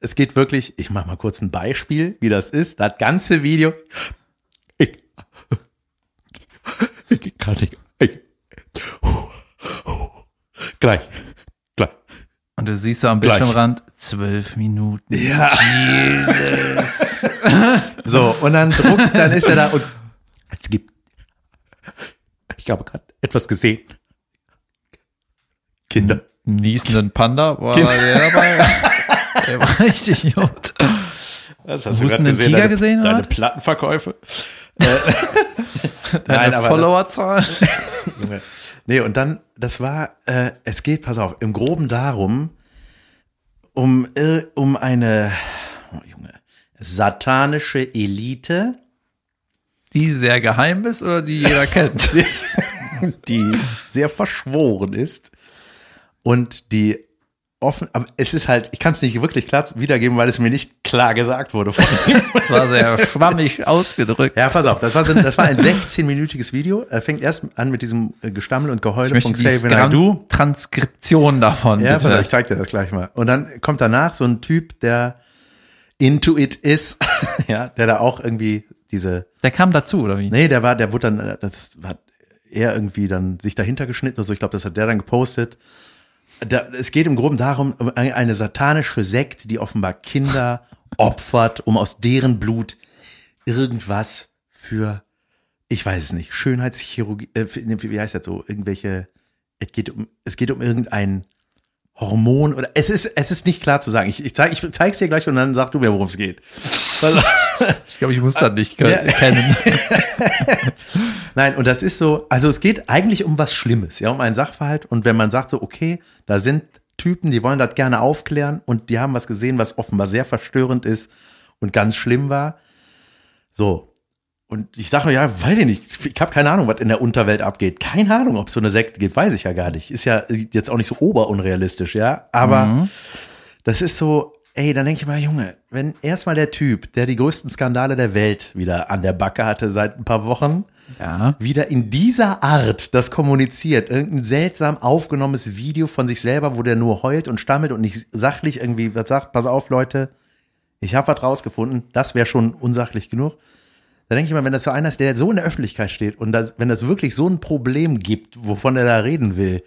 Speaker 1: es geht wirklich, ich mache mal kurz ein Beispiel, wie das ist. Das ganze Video. Ich, ich kann nicht. Ich, gleich. Gleich.
Speaker 2: Und du siehst so am
Speaker 1: Gleich.
Speaker 2: Bildschirmrand zwölf Minuten.
Speaker 1: Ja. So, und dann druckst, dann ist er da und es gibt, ich habe gerade etwas gesehen. Kinder.
Speaker 2: Niesenden Panda. Boah, der, war, der war richtig jod.
Speaker 1: Was
Speaker 2: Hast du grad einen Tiger
Speaker 1: deine,
Speaker 2: gesehen, oder
Speaker 1: Deine
Speaker 2: was?
Speaker 1: Plattenverkäufe.
Speaker 2: Deine Followerzahl.
Speaker 1: Junge. Nee, und dann, das war, äh, es geht, pass auf, im Groben darum, um, ir- um eine, oh, Junge, satanische Elite,
Speaker 2: Die sehr geheim ist oder die jeder kennt.
Speaker 1: die sehr verschworen ist und die offen, aber es ist halt, ich kann es nicht wirklich klar wiedergeben, weil es mir nicht klar gesagt wurde von
Speaker 2: Das war sehr schwammig ausgedrückt.
Speaker 1: Ja, pass auf, das war, so- das war ein 16-minütiges Video. Er fängt erst an mit diesem äh, Gestammel und
Speaker 2: Ich
Speaker 1: Geheule
Speaker 2: möchte
Speaker 1: von
Speaker 2: die
Speaker 1: Xavier
Speaker 2: Skran-
Speaker 1: Naidoo.
Speaker 2: Transkription davon,
Speaker 1: Ja, pass auf,
Speaker 2: bitte.
Speaker 1: ich zeig dir das gleich mal. Und dann kommt danach so ein Typ, der into it ist, ja, der da auch irgendwie diese,
Speaker 2: Der kam dazu, oder wie?
Speaker 1: nee, der war, der wurde dann, äh, das hat er irgendwie dann sich dahinter geschnitten oder so, ich glaube, das hat der dann gepostet. Da, es geht im Groben darum, um ein- eine satanische Sekte, die offenbar Kinder opfert, um aus deren Blut irgendwas für, ich weiß es nicht, Schönheitschirurgie, äh, für- nee, wie heißt das so, irgendwelche, es geht um, es geht um irgendein Hormon oder es ist, es ist nicht klar zu sagen. Ich, ich, zeig, ich zeig's dir gleich und dann sag du mir, worum es geht.
Speaker 2: Ich glaube, ich muss das nicht ke-
Speaker 1: Ja.
Speaker 2: kennen.
Speaker 1: Nein, und das ist so, also es geht eigentlich um was Schlimmes, ja, um einen Sachverhalt. Und wenn man sagt so, okay, da sind Typen, die wollen das gerne aufklären und die haben was gesehen, was offenbar sehr verstörend ist und ganz schlimm war. So. Und ich sage, ja, weiß ich nicht, ich habe keine Ahnung, was in der Unterwelt abgeht. Keine Ahnung, ob es so eine Sekte gibt, weiß ich ja gar nicht. Ist ja jetzt auch nicht so oberunrealistisch, ja. Aber das ist so, ey, dann denke ich mal, Junge, wenn erstmal der Typ, der die größten Skandale der Welt wieder an der Backe hatte seit ein paar Wochen,
Speaker 2: Ja.
Speaker 1: wieder in dieser Art das kommuniziert, irgendein seltsam aufgenommenes Video von sich selber, wo der nur heult und stammelt und nicht sachlich irgendwie was sagt, pass auf Leute, ich habe was rausgefunden, das wäre schon unsachlich genug. Da denke ich mal, wenn das so einer ist, der so in der Öffentlichkeit steht und das, wenn das wirklich so ein Problem gibt, wovon er da reden will,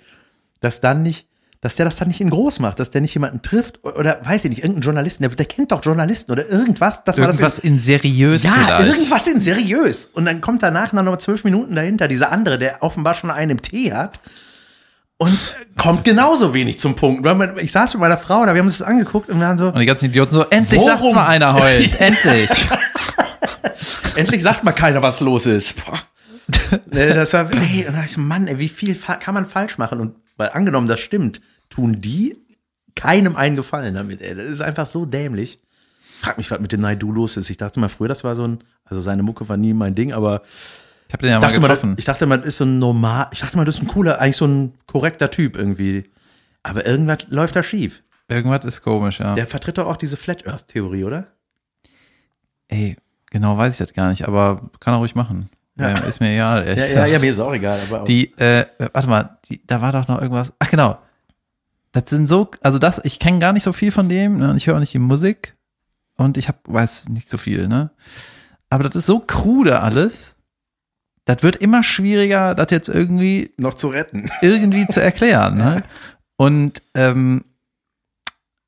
Speaker 1: dass dann nicht, dass der das dann nicht in groß macht, dass der nicht jemanden trifft oder weiß ich nicht, irgendeinen Journalisten, der, der kennt doch Journalisten oder irgendwas, dass man das
Speaker 2: Irgendwas
Speaker 1: in-
Speaker 2: in seriös
Speaker 1: ja,
Speaker 2: vielleicht.
Speaker 1: irgendwas in seriös. Und dann kommt danach noch mal zwölf Minuten dahinter dieser andere, der offenbar schon einen im Tee hat und kommt genauso wenig zum Punkt. Weil man- Ich saß mit meiner Frau da, wir haben uns das angeguckt und wir waren so,
Speaker 2: Und die ganzen Idioten so, endlich
Speaker 1: Worum?
Speaker 2: sagt's mal einer heult. endlich.
Speaker 1: endlich sagt mal keiner, was los ist. Boah. Ne, das war, ey, und da hab ich, so, Mann, ey, wie viel fa- kann man falsch machen? Und weil angenommen, das stimmt, tun die keinem einen Gefallen damit, ey. Das ist einfach so dämlich. Frag mich, was mit dem Naidu los ist. Ich dachte mal früher, das war so ein, also seine Mucke war nie mein Ding, aber
Speaker 2: Ich habe den ja
Speaker 1: Ich
Speaker 2: mal
Speaker 1: dachte, mal,
Speaker 2: getroffen.
Speaker 1: ich dachte mal, das ist so ein normal, ich dachte mal, das ist ein cooler, eigentlich so ein korrekter Typ irgendwie. Aber irgendwas läuft da schief.
Speaker 2: Irgendwas ist komisch, ja.
Speaker 1: Der vertritt doch auch diese Flat Earth Theorie, oder?
Speaker 2: Ey, genau weiß ich das gar nicht, aber kann er ruhig machen.
Speaker 1: Ja.
Speaker 2: Ähm, Ist mir egal. ehrlich
Speaker 1: Ja, ja, ja,
Speaker 2: gesagt.
Speaker 1: mir ist auch egal. Aber
Speaker 2: Die, äh, warte mal, die, da war doch noch irgendwas. Ach genau. Das sind so, also das, ich kenne gar nicht so viel von dem, ne? und ich höre auch nicht die Musik und ich hab, weiß nicht so viel, ne? Aber das ist so krude alles. Das wird immer schwieriger, das jetzt irgendwie
Speaker 1: noch zu retten.
Speaker 2: irgendwie zu erklären. Ne? Und ähm,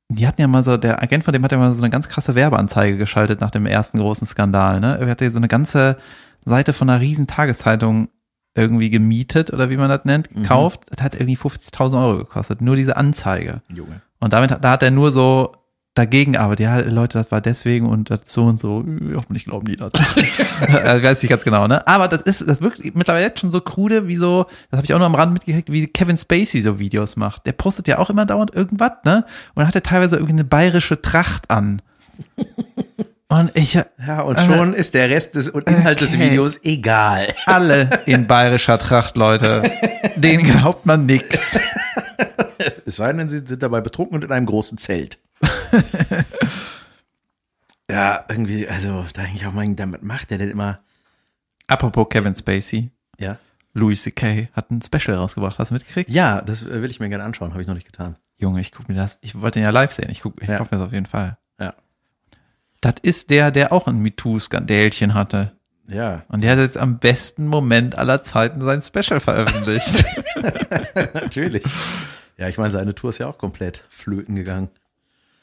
Speaker 2: die hatten ja mal so, der Agent von dem hat ja mal so eine ganz krasse Werbeanzeige geschaltet nach dem ersten großen Skandal. Ne? Er hat ja so eine ganze Seite von einer riesen Tageszeitung irgendwie gemietet oder wie man das nennt, gekauft. Das hat irgendwie 50.000 Euro gekostet, nur diese Anzeige.
Speaker 1: Junge.
Speaker 2: Und damit hat- da hat er nur so dagegen gearbeitet. Ja, Leute, das war deswegen und das so und so. Äh, Hoffentlich glauben die das. Äh, Weiß ich ganz genau, ne? Aber das ist, das wirkt mittlerweile jetzt schon so krude, wie so, das habe ich auch noch am Rand mitgekriegt, wie Kevin Spacey so Videos macht. Der postet ja auch immer dauernd irgendwas, ne? Und dann hat er teilweise irgendwie eine bayerische Tracht an. Und ich,
Speaker 1: Ja, und schon ist der Rest des und Inhalt des
Speaker 2: Okay.
Speaker 1: Videos egal.
Speaker 2: alle in bayerischer Tracht, Leute. Denen glaubt man nix.
Speaker 1: Es sei denn, sie sind dabei betrunken und in einem großen Zelt. ja, irgendwie, also da denke ich auch mal, damit macht der denn immer.
Speaker 2: Apropos Kevin Spacey.
Speaker 1: Ja.
Speaker 2: Louis C.K. hat ein Special rausgebracht. Hast du mitgekriegt?
Speaker 1: Ja, das äh, will ich mir gerne anschauen, habe ich noch nicht getan.
Speaker 2: Junge, ich guck mir das. Ich wollte ihn ja live sehen. Ich guck, ich
Speaker 1: Ja.
Speaker 2: hoffe das auf jeden Fall.
Speaker 1: Ja.
Speaker 2: Das ist der, der auch ein MeToo-Skandälchen hatte.
Speaker 1: Ja.
Speaker 2: Und der hat jetzt am besten Moment aller Zeiten sein Special veröffentlicht.
Speaker 1: Natürlich. Ja, ich meine, seine Tour ist ja auch komplett flöten gegangen.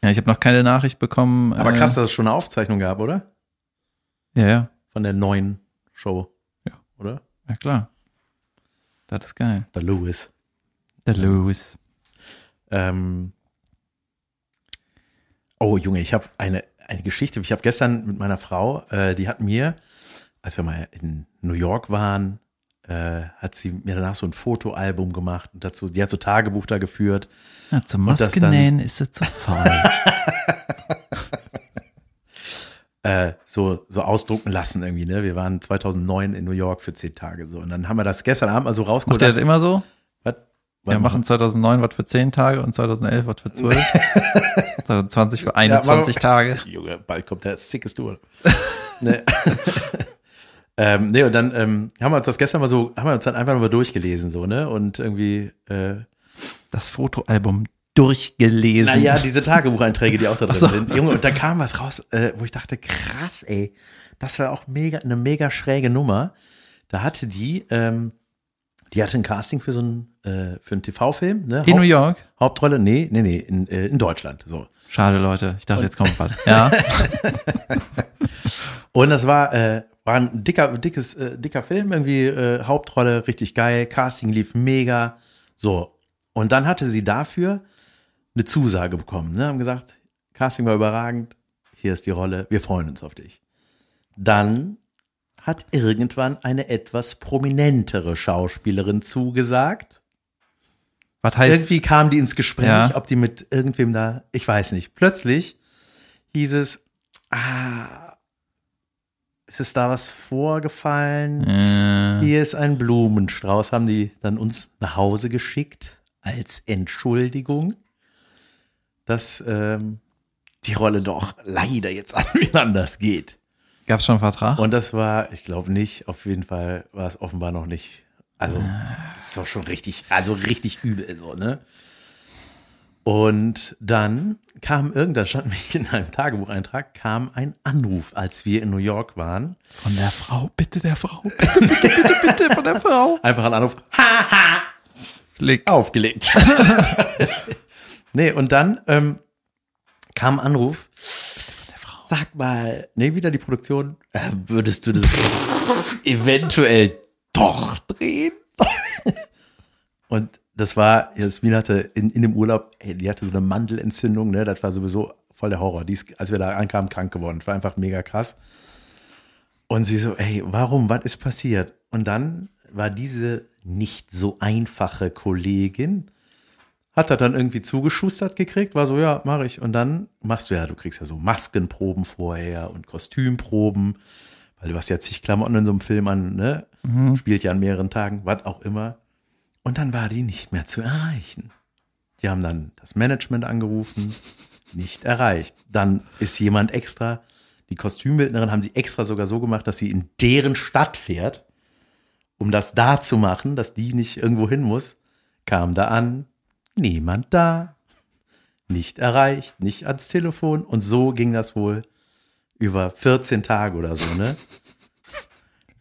Speaker 1: Äh.
Speaker 2: ja, ich habe noch keine Nachricht bekommen.
Speaker 1: Aber krass, dass es schon eine Aufzeichnung gab, oder?
Speaker 2: Äh, ja, ja,
Speaker 1: Von der neuen Show.
Speaker 2: Ja.
Speaker 1: Oder?
Speaker 2: ja klar. Das ist geil.
Speaker 1: Der Lewis.
Speaker 2: Der Louis.
Speaker 1: Ähm oh, Junge, ich habe eine, eine Geschichte. Ich habe gestern mit meiner Frau, äh, die hat mir, als wir mal in New York waren, äh, hat sie mir danach so ein Fotoalbum gemacht und dazu, die hat so Tagebuch da geführt.
Speaker 2: Ja, zum
Speaker 1: Und das
Speaker 2: Maskennähen ist er zu faul.
Speaker 1: äh, so, so ausdrucken lassen irgendwie, ne? Wir waren 2009 in New York für zehn Tage so. Und dann haben wir das gestern Abend mal so
Speaker 2: Macht
Speaker 1: rausgeholt.
Speaker 2: der das immer so?
Speaker 1: was, was
Speaker 2: Wir machen 2009 was für 10 Tage und 2011 was für 12. 2020 für 21 Tage.
Speaker 1: Junge, bald kommt der sickes Duel. ne. ähm, nee, und dann ähm, haben wir uns das gestern mal so, haben wir uns dann einfach mal durchgelesen, so, ne? Und irgendwie, äh,
Speaker 2: das Fotoalbum durchgelesen.
Speaker 1: naja, diese Tagebucheinträge, die auch da drin
Speaker 2: so.
Speaker 1: sind. Junge, und da kam was raus, äh, wo ich dachte, krass, ey, das war auch mega, eine mega schräge Nummer. Da hatte die, ähm, die hatte ein Casting für so einen, äh, für einen TV-Film, ne?
Speaker 2: in New
Speaker 1: Haupt-
Speaker 2: York.
Speaker 1: Hauptrolle? Nee, nee, nee, in, äh, in Deutschland. So.
Speaker 2: Schade, Leute. Ich dachte, jetzt kommt was. Ja.
Speaker 1: Und das war, äh, war ein dicker, dickes, äh, dicker Film, irgendwie äh, Hauptrolle, richtig geil, Casting lief mega. So. Und dann hatte sie dafür eine Zusage bekommen. Ne? Haben gesagt, Casting war überragend, hier ist die Rolle, wir freuen uns auf dich. Dann hat irgendwann eine etwas prominentere Schauspielerin zugesagt.
Speaker 2: Was heißt?
Speaker 1: irgendwie kamen die ins Gespräch,
Speaker 2: Ja.
Speaker 1: ob die mit irgendwem da, ich weiß nicht. Plötzlich hieß es, ah, es ist da was vorgefallen?
Speaker 2: Äh,
Speaker 1: Hier ist ein Blumenstrauß, haben die dann uns nach Hause geschickt als Entschuldigung, dass ähm, die Rolle doch leider jetzt an wen anders geht.
Speaker 2: Gab's schon einen Vertrag?
Speaker 1: Und das war, ich glaube nicht, auf jeden Fall war es offenbar noch nicht. Also, das ist doch schon richtig, also richtig übel, so, ne? Und dann kam irgendwann, stand mich in einem Tagebucheintrag, kam ein Anruf, als wir in New York waren.
Speaker 2: Von der Frau, bitte der Frau. Bitte, bitte, bitte, bitte von der Frau.
Speaker 1: Einfach ein Anruf,
Speaker 2: Klick.
Speaker 1: aufgelegt. nee, und dann ähm, kam ein Anruf. Sag mal, nee, wieder die Produktion. Äh, würdest du das eventuell doch drehen? und das war, Jasmin hatte in, in dem Urlaub, ey, die hatte so eine Mandelentzündung, ne? Das war sowieso voll der Horror. Die ist, als wir da ankamen, krank geworden. Das war einfach mega krass. Und sie so, ey, warum, was ist passiert? Und dann war diese nicht so einfache Kollegin, hat er dann irgendwie zugeschustert gekriegt, war so, ja, mache ich. Und dann machst du ja, du kriegst ja so Maskenproben vorher und Kostümproben, weil du hast ja zig Klamotten in so einem Film an, ne? Spielt ja an mehreren Tagen, was auch immer. Und dann war die nicht mehr zu erreichen. Die haben dann das Management angerufen, nicht erreicht. Dann ist jemand extra, die Kostümbildnerin haben sie extra sogar so gemacht, dass sie in deren Stadt fährt, um das da zu machen, dass die nicht irgendwo hin muss. Kam da an, niemand da, nicht erreicht, nicht ans Telefon. Und so ging das wohl über 14 Tage oder so, ne?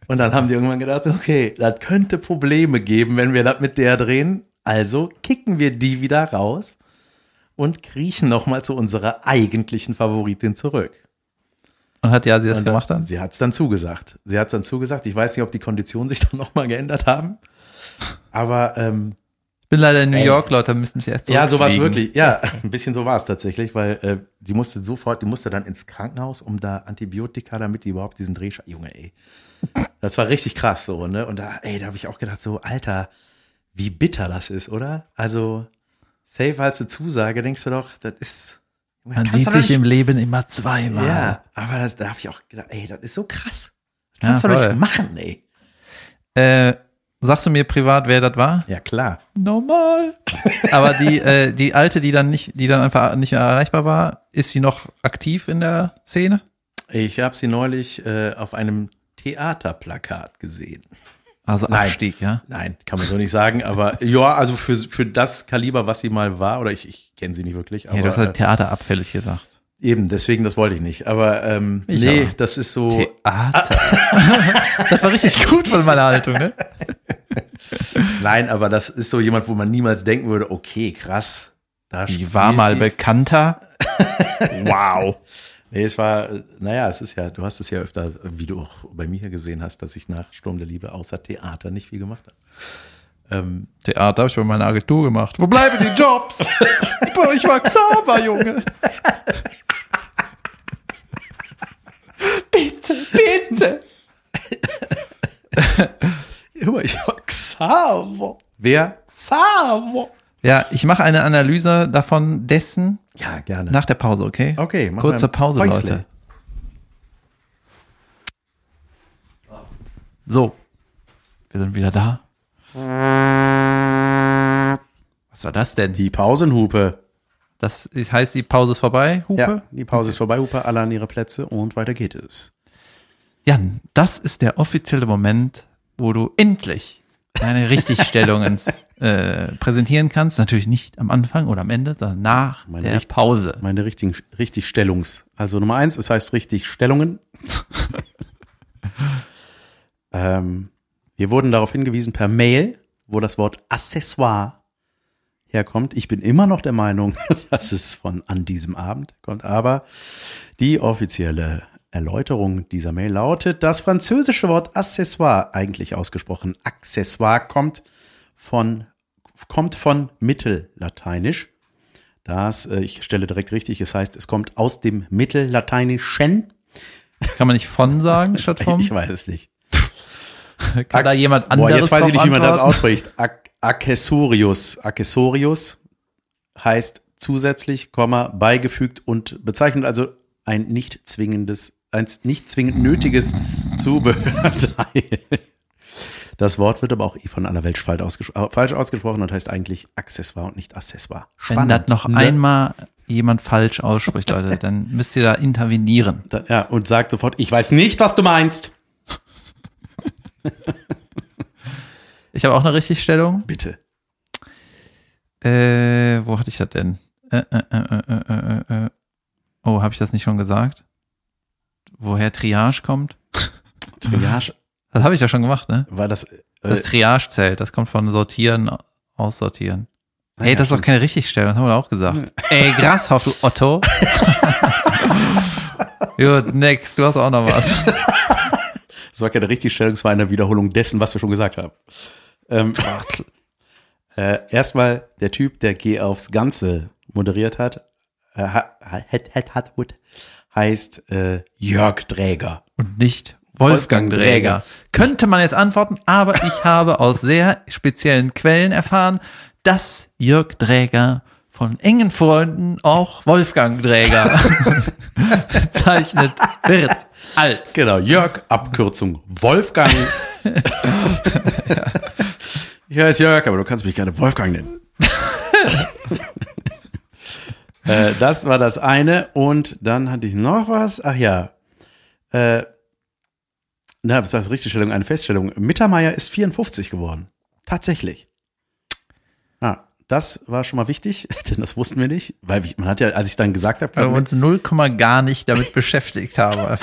Speaker 1: Und dann haben die irgendwann gedacht, okay, das könnte Probleme geben, wenn wir das mit der drehen. Also kicken wir die wieder raus und kriechen nochmal zu unserer eigentlichen Favoritin zurück.
Speaker 2: Und hat ja sie das
Speaker 1: Und dann-
Speaker 2: gemacht dann?
Speaker 1: Sie hat es dann zugesagt. Sie hat es dann zugesagt. Ich weiß nicht, ob die Konditionen sich dann nochmal geändert haben. Aber ähm,
Speaker 2: Ich bin leider in New
Speaker 1: Ey.
Speaker 2: York, Leute, müssen mich erst
Speaker 1: ja, so war es
Speaker 2: zurückfliegen.
Speaker 1: wirklich. Ja, ein bisschen so war es tatsächlich, weil äh, die musste sofort, die musste dann ins Krankenhaus, um da Antibiotika, damit die überhaupt diesen Dreh. Junge, ey. Das war richtig krass so, ne? Und da, ey, da habe ich auch gedacht, so, Alter, wie bitter das ist, oder? Also, safe als eine Zusage, denkst du doch, das ist. Junge,
Speaker 2: Man
Speaker 1: kannst
Speaker 2: sieht
Speaker 1: du doch
Speaker 2: sich
Speaker 1: nicht-
Speaker 2: im Leben immer zweimal.
Speaker 1: Ja, aber das, da habe ich auch gedacht, ey, das ist so krass. Das
Speaker 2: Ja,
Speaker 1: kannst du doch
Speaker 2: voll.
Speaker 1: nicht machen, ey.
Speaker 2: Äh, sagst du mir privat, wer das war?
Speaker 1: Ja, klar.
Speaker 2: Normal. Aber die, äh, die alte, die dann nicht, die dann einfach nicht mehr erreichbar war, ist sie noch aktiv in der Szene?
Speaker 1: Ich habe sie neulich äh, auf einem Theaterplakat gesehen.
Speaker 2: Also
Speaker 1: Nein.
Speaker 2: Abstieg, ja.
Speaker 1: Nein, kann man so nicht sagen, aber ja, also für, für das Kaliber, was sie mal war, oder ich, ich kenne sie nicht wirklich, aber
Speaker 2: ja, du hast halt
Speaker 1: äh,
Speaker 2: Theater abfällig gesagt.
Speaker 1: eben, deswegen, das wollte ich nicht. Aber ähm,
Speaker 2: Ich
Speaker 1: nee,
Speaker 2: aber.
Speaker 1: das ist so.
Speaker 2: Theater. Ah. das war richtig gut von meiner Haltung, ne?
Speaker 1: nein, aber das ist so jemand, wo man niemals denken würde, okay, krass. Da
Speaker 2: Die
Speaker 1: spielt
Speaker 2: war mal
Speaker 1: die-
Speaker 2: bekannter. Wow.
Speaker 1: Nee, es war, äh, naja, es ist ja, du hast es ja öfter, wie du auch bei mir hier gesehen hast, dass ich nach Sturm der Liebe außer Theater nicht viel gemacht habe. Ähm,
Speaker 2: Theater habe ich bei meiner Agentur gemacht. Wo bleiben die Jobs? Boah, ich war Xaver, Junge. bitte, bitte.
Speaker 1: immer, ich war Xaver. Wer? Xaver.
Speaker 2: Ja, ich mache eine Analyse davon dessen
Speaker 1: Ja, gerne.
Speaker 2: nach der Pause, okay?
Speaker 1: okay, machen
Speaker 2: Kurze
Speaker 1: wir ein
Speaker 2: Pause,
Speaker 1: Päusle.
Speaker 2: Leute. So, wir sind wieder da. Was war das denn?
Speaker 1: Die Pausenhupe.
Speaker 2: Das heißt, die Pause ist vorbei, Hupe?
Speaker 1: Ja, die Pause ist vorbei, Hupe, alle an ihre Plätze und weiter geht es.
Speaker 2: Jan, das ist der offizielle Moment, wo du endlich deine Richtigstellung ins, äh, präsentieren kannst. Natürlich nicht am Anfang oder am Ende, sondern nach
Speaker 1: Meine
Speaker 2: der
Speaker 1: Richt-
Speaker 2: Pause.
Speaker 1: Meine richtigen, richtig Stellungs. Also Nummer eins, es heißt richtig Stellungen. ähm, wir wurden darauf hingewiesen per Mail, wo das Wort Accessoire herkommt. Ich bin immer noch der Meinung, dass es von an diesem Abend kommt, aber die offizielle Erläuterung dieser Mail lautet, das französische Wort Accessoire, eigentlich ausgesprochen Accessoire, kommt von, kommt von Mittellateinisch das, äh, ich stelle direkt richtig, es heißt, es kommt aus dem Mittellateinischen.
Speaker 2: Kann man nicht von sagen statt vom?
Speaker 1: Ich weiß es nicht.
Speaker 2: Kann da jemand
Speaker 1: Boah,
Speaker 2: anderes
Speaker 1: jetzt weiß ich nicht,
Speaker 2: drauf
Speaker 1: wie man das
Speaker 2: antworten?
Speaker 1: ausspricht. Ac Accessorius. Accessorius heißt zusätzlich, Komma, beigefügt und bezeichnet also ein nicht zwingendes, ein nicht zwingend nötiges Zubehörteil. Das Wort wird aber auch eh von aller Welt falsch ausges- äh, falsch ausgesprochen und heißt eigentlich Accessoire und nicht Accessoire.
Speaker 2: Wenn das noch
Speaker 1: ne?
Speaker 2: einmal jemand falsch ausspricht, Leute, dann müsst ihr da intervenieren.
Speaker 1: Dann, ja, und sagt sofort, ich weiß nicht, was du meinst.
Speaker 2: Ich habe auch eine Richtigstellung.
Speaker 1: Bitte.
Speaker 2: Äh, wo hatte ich das denn? Äh, äh, äh, äh, äh, äh, äh. Oh, habe ich das nicht schon gesagt? Woher Triage kommt?
Speaker 1: Triage,
Speaker 2: Das habe ich ja schon gemacht, ne?
Speaker 1: war das. Äh,
Speaker 2: Das Triage-Zelt, das kommt von Sortieren, Aussortieren.
Speaker 1: Ah,
Speaker 2: Ey,
Speaker 1: ja,
Speaker 2: das ist doch
Speaker 1: stimmt.
Speaker 2: keine Richtigstellung, das haben wir doch auch gesagt. Ey, Grasshopf, du Otto. Gut, next, du hast auch noch was.
Speaker 1: das war keine Richtigstellung, es war eine Wiederholung dessen, was wir schon gesagt haben. Ähm, äh, Erstmal der Typ, der Geh aufs Ganze moderiert hat, äh, hat, hat, hat, hat, hat heißt äh, Jörg Dräger.
Speaker 2: Und nicht
Speaker 1: Wolfgang
Speaker 2: Wolfgang Dräger.
Speaker 1: Dräger.
Speaker 2: Könnte man jetzt antworten, aber ich habe aus sehr speziellen Quellen erfahren, dass Jörg Dräger von engen Freunden auch Wolfgang Dräger bezeichnet wird. Als.
Speaker 1: Genau, Jörg, Abkürzung Wolfgang. ich heiße Jörg, aber du kannst mich gerne Wolfgang nennen. Äh, das war das eine. Und dann hatte ich noch was. Ach ja. Äh, na, was heißt Richtigstellung? Eine Feststellung. Mittermeier ist 54 geworden. Tatsächlich. Ah, das war schon mal wichtig, denn das wussten wir nicht. Weil ich, man hat ja, als ich dann gesagt habe,
Speaker 2: Weil wir uns null Komma gar nicht damit beschäftigt haben.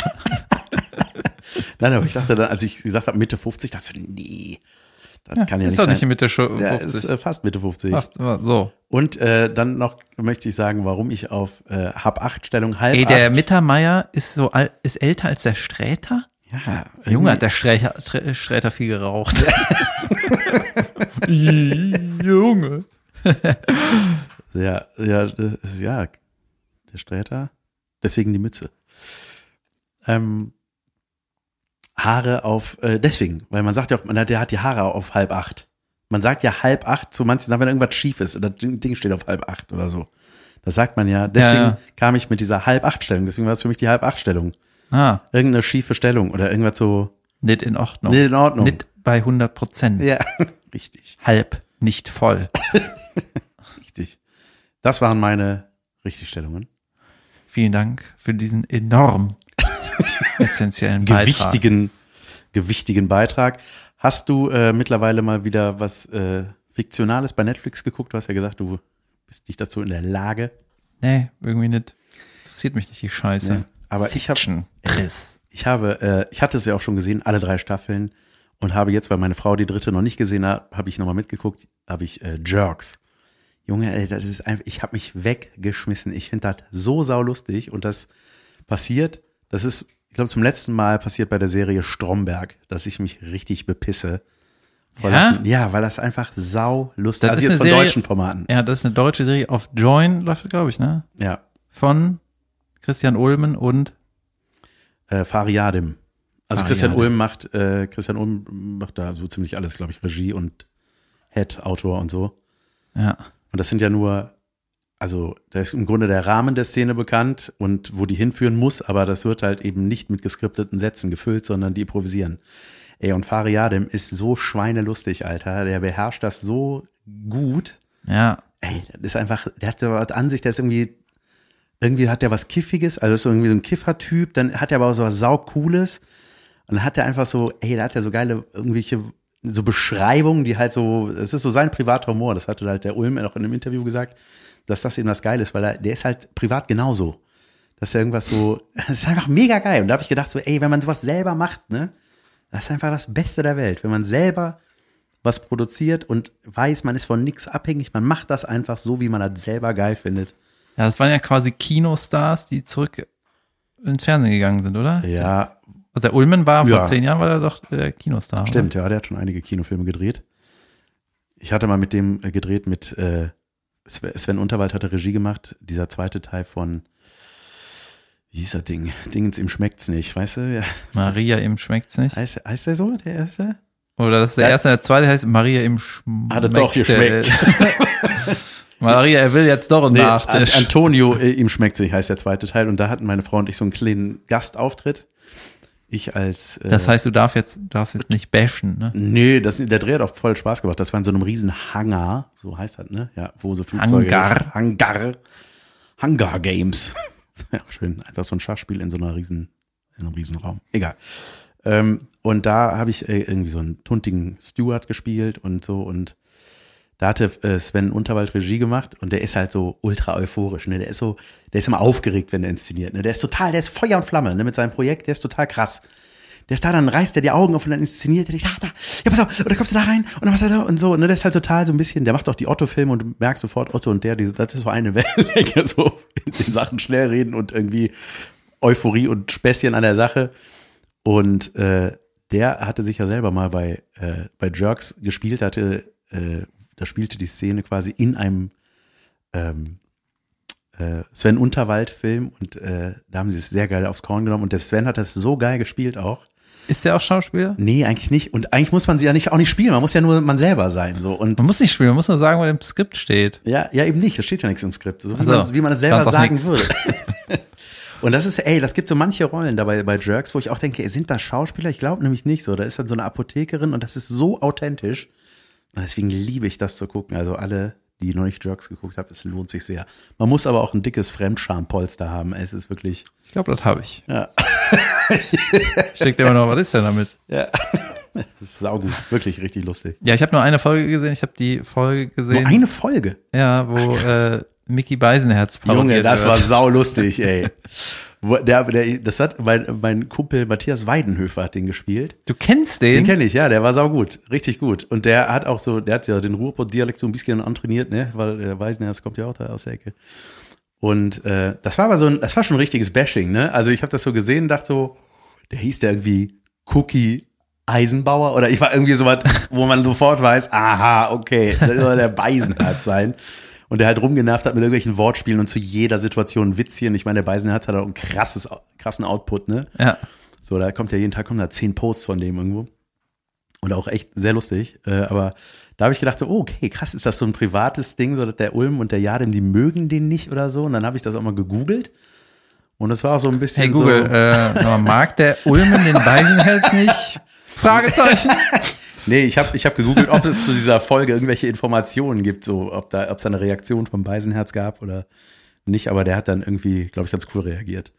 Speaker 1: nein, aber ich dachte dann, als ich gesagt habe, Mitte 50, dachte ich, so, nee, das kann ja
Speaker 2: ist
Speaker 1: nicht
Speaker 2: doch
Speaker 1: sein.
Speaker 2: nicht in Mitte schon
Speaker 1: ja, ist
Speaker 2: 50.
Speaker 1: äh, fast Mitte 50.
Speaker 2: Ach, so.
Speaker 1: Und äh, dann noch möchte ich sagen, warum ich auf äh, Hab 8 Stellung halb
Speaker 2: Ey, der
Speaker 1: acht-
Speaker 2: Mittermeier ist so alt, ist älter als der Sträter?
Speaker 1: Ja,
Speaker 2: Junge, hat der Sträter, Strä- Sträter viel geraucht. Junge.
Speaker 1: Ja, ja, äh, ja, der Sträter. Deswegen die Mütze. Ähm, Haare auf, äh, deswegen, weil man sagt ja auch, man hat, der hat die Haare auf halb acht. Man sagt ja halb acht zu manchen, Sachen, wenn irgendwas schief ist, oder Ding Ding steht auf halb acht oder so. Das sagt man ja. Deswegen
Speaker 2: ja.
Speaker 1: kam ich mit dieser halb acht Stellung. Deswegen war es für mich die halb acht Stellung.
Speaker 2: Ah,
Speaker 1: Irgendeine schiefe Stellung oder irgendwas so.
Speaker 2: nicht in Ordnung.
Speaker 1: Nee, in Ordnung.
Speaker 2: Nicht bei 100 Prozent.
Speaker 1: Ja, richtig.
Speaker 2: Halb, nicht voll.
Speaker 1: Richtig. Das waren meine Richtigstellungen.
Speaker 2: Vielen Dank für diesen enorm essentiellen Beitrag.
Speaker 1: Gewichtigen, gewichtigen Beitrag. Hast du äh, mittlerweile mal wieder was äh, Fiktionales bei Netflix geguckt? Du hast ja gesagt, du bist nicht dazu in der Lage.
Speaker 2: Nee, irgendwie nicht. Interessiert mich nicht die Scheiße.
Speaker 1: Nee. Aber ich habe,
Speaker 2: Fiction. Triss.
Speaker 1: ich habe, äh, ich hatte es ja auch schon gesehen, alle drei Staffeln und habe jetzt, weil meine Frau die dritte noch nicht gesehen hat, habe ich nochmal mitgeguckt, habe ich äh, Jerks. Junge, ey, das ist einfach, ich habe mich weggeschmissen. Ich finde das so saulustig und das passiert, das ist, ich glaube, zum letzten Mal passiert bei der Serie Stromberg, dass ich mich richtig bepisse. Vor
Speaker 2: Ja?
Speaker 1: Lachen. ja, weil das einfach saulustig
Speaker 2: Das
Speaker 1: Also
Speaker 2: ist
Speaker 1: jetzt
Speaker 2: eine
Speaker 1: von
Speaker 2: Serie-
Speaker 1: deutschen Formaten.
Speaker 2: Ja, das ist eine deutsche Serie auf Join, läuft, glaube ich, ne?
Speaker 1: Ja.
Speaker 2: Von Christian Ulmen und
Speaker 1: Äh, Fariadim. Also
Speaker 2: Fariadim.
Speaker 1: Christian Ulm macht, äh, Christian Ulm macht da so ziemlich alles, glaube ich, Regie und Head, Autor und so.
Speaker 2: ja.
Speaker 1: Und das sind ja nur, also da ist im Grunde der Rahmen der Szene bekannt und wo die hinführen muss, aber das wird halt eben nicht mit geskripteten Sätzen gefüllt, sondern die improvisieren. Ey, und Fariadim ist so schweinelustig, Alter. Der beherrscht das so gut.
Speaker 2: Ja.
Speaker 1: Ey, das ist einfach, der hat so was an sich, der ist irgendwie, irgendwie hat der was Kiffiges, also ist irgendwie so ein Kiffertyp, dann hat er aber auch so was Saucooles. Und dann hat er einfach so, ey, da hat er so geile irgendwelche so Beschreibungen, die halt so, es ist so sein privater Humor, das hatte halt der Ulm auch in einem Interview gesagt, dass das eben das Geile ist, weil er, der ist halt privat genauso. Dass er irgendwas so, das ist einfach mega geil. Und da habe ich gedacht, so, ey, wenn man sowas selber macht, ne, das ist einfach das Beste der Welt. Wenn man selber was produziert und weiß, man ist von nichts abhängig, man macht das einfach so, wie man das selber geil findet.
Speaker 2: Ja, das waren ja quasi Kinostars, die zurück ins Fernsehen gegangen sind, oder?
Speaker 1: Ja,
Speaker 2: Also der Ulmen war vor
Speaker 1: Ja.
Speaker 2: zehn Jahren, war er doch der Kinostar. oder?
Speaker 1: Stimmt, ja, der hat schon einige Kinofilme gedreht. Ich hatte mal mit dem äh, gedreht, mit äh, Sven Sven Unterwald hat er Regie gemacht, dieser zweite Teil von, wie hieß das Ding? Dingens im Schmeckt's nicht, weißt du? Ja,
Speaker 2: Maria im schmeckt's nicht.
Speaker 1: heißt, heißt der so, der erste?
Speaker 2: Oder das ist der
Speaker 1: Ja.
Speaker 2: erste, der zweite heißt Maria im schmeckt.
Speaker 1: Hat er doch geschmeckt.
Speaker 2: Maria, er will jetzt doch einen
Speaker 1: Nee, An
Speaker 2: Nachtisch.
Speaker 1: Antonio, äh, ihm schmeckt's nicht, heißt der zweite Teil. Und da hatten meine Frau und ich so einen kleinen Gastauftritt. Ich als. Äh,
Speaker 2: das heißt, du darfst jetzt, du darfst jetzt nicht bashen, ne?
Speaker 1: Nee, das, der Dreh hat auch voll Spaß gemacht. Das war in so einem riesen Hangar, so heißt das, ne? Ja, wo so Flugzeuge.
Speaker 2: Hangar.
Speaker 1: Hangar. Hangar Games. Ist ja auch schön. Einfach so ein Schachspiel in so einer riesen, in einem riesen Raum. Egal. Ähm, und da habe ich äh, irgendwie so einen tuntigen Steward gespielt und so und da hatte äh, Sven Unterwald Regie gemacht und der ist halt so ultra euphorisch, ne? Der ist so, der ist immer aufgeregt, wenn er inszeniert, ne? Der ist total, der ist Feuer und Flamme, ne? Mit seinem Projekt, der ist total krass. Der ist da, dann reißt er die Augen auf und dann inszeniert er dich. Ah, da, ja, pass auf, und dann kommst du da rein und dann machst du da und so. Ne, der ist halt total so ein bisschen, der macht auch die Otto-Filme und du merkst sofort, Otto und der, die, das ist so eine Wellenlänge, so in den Sachen schnell reden und irgendwie Euphorie und Späßchen an der Sache. Und äh, der hatte sich ja selber mal bei, äh, bei Jerks gespielt, hatte, äh, da spielte die Szene quasi in einem ähm, äh, Sven Unterwald-Film und äh, da haben sie es sehr geil aufs Korn genommen und der Sven hat das so geil gespielt auch.
Speaker 2: Ist der auch Schauspieler?
Speaker 1: Nee, eigentlich nicht. Und eigentlich muss man sie ja nicht, auch nicht spielen. Man muss ja nur man selber sein. So. Und
Speaker 2: Man muss nicht spielen, man muss nur sagen, was im Skript steht.
Speaker 1: ja, ja, eben nicht. Es steht ja nichts im Skript. So wie,
Speaker 2: Also,
Speaker 1: man, wie man es selber
Speaker 2: stand doch
Speaker 1: sagen
Speaker 2: nix.
Speaker 1: würde. Und das ist, ey, das gibt so manche Rollen dabei bei Jerks, wo ich auch denke, ey, sind das Schauspieler? Ich glaube nämlich nicht so. Da ist dann so eine Apothekerin und das ist so authentisch. Und deswegen liebe ich das zu gucken. Also alle, die noch nicht Jerks geguckt haben, es lohnt sich sehr. Man muss aber auch ein dickes Fremdschampolster haben. Es ist wirklich.
Speaker 2: Ich glaube, das habe ich.
Speaker 1: Ja.
Speaker 2: Steckt immer noch, was ist denn damit?
Speaker 1: Ja. Das ist saugut. Wirklich richtig lustig.
Speaker 2: Ja, ich habe nur eine Folge gesehen. Ich habe die Folge
Speaker 1: Nur
Speaker 2: gesehen,
Speaker 1: eine Folge.
Speaker 2: ja, wo äh, Mickey Beisenherz
Speaker 1: Junge,
Speaker 2: parodiert
Speaker 1: das
Speaker 2: wird.
Speaker 1: war saulustig, ey. Wo- Der, der, das hat mein, mein Kumpel Matthias Weidenhöfer hat den gespielt.
Speaker 2: Du kennst
Speaker 1: Den
Speaker 2: den?
Speaker 1: kenne ich, ja, der war saugut, richtig gut. Und der hat auch so, der hat ja den Ruhrpott-Dialekt so ein bisschen antrainiert, ne? Weil der Weisenherz kommt ja auch da aus der Ecke. Und äh, das war aber so ein, das war schon ein richtiges Bashing, ne? Also ich habe das so gesehen und dachte so, der hieß der irgendwie Cookie Eisenbauer oder ich war irgendwie so was, wo man sofort weiß, aha, okay, das soll der Beisenherz sein. Und der halt rumgenervt hat mit irgendwelchen Wortspielen und zu jeder Situation ein Witzchen. Ich meine, der Beisenherz hat auch einen krasses, krassen Output, ne?
Speaker 2: ja.
Speaker 1: So, da kommt ja jeden Tag kommen da zehn Posts von dem irgendwo. Und auch echt sehr lustig. Äh, aber da habe ich gedacht, so, oh, okay, krass, ist das so ein privates Ding, so dass der Ulm und der Jadem, die mögen den nicht oder so. Und dann habe ich das auch mal gegoogelt. Und es war auch so ein bisschen.
Speaker 2: Hey Google,
Speaker 1: So,
Speaker 2: äh, sag mal, mag der Ulmen den Beisenherz nicht? Fragezeichen.
Speaker 1: nee, ich habe ich hab gegoogelt, ob es zu dieser Folge irgendwelche Informationen gibt, so ob da, ob es da eine Reaktion vom Beisenherz gab oder nicht. Aber der hat dann irgendwie, glaube ich, ganz cool reagiert.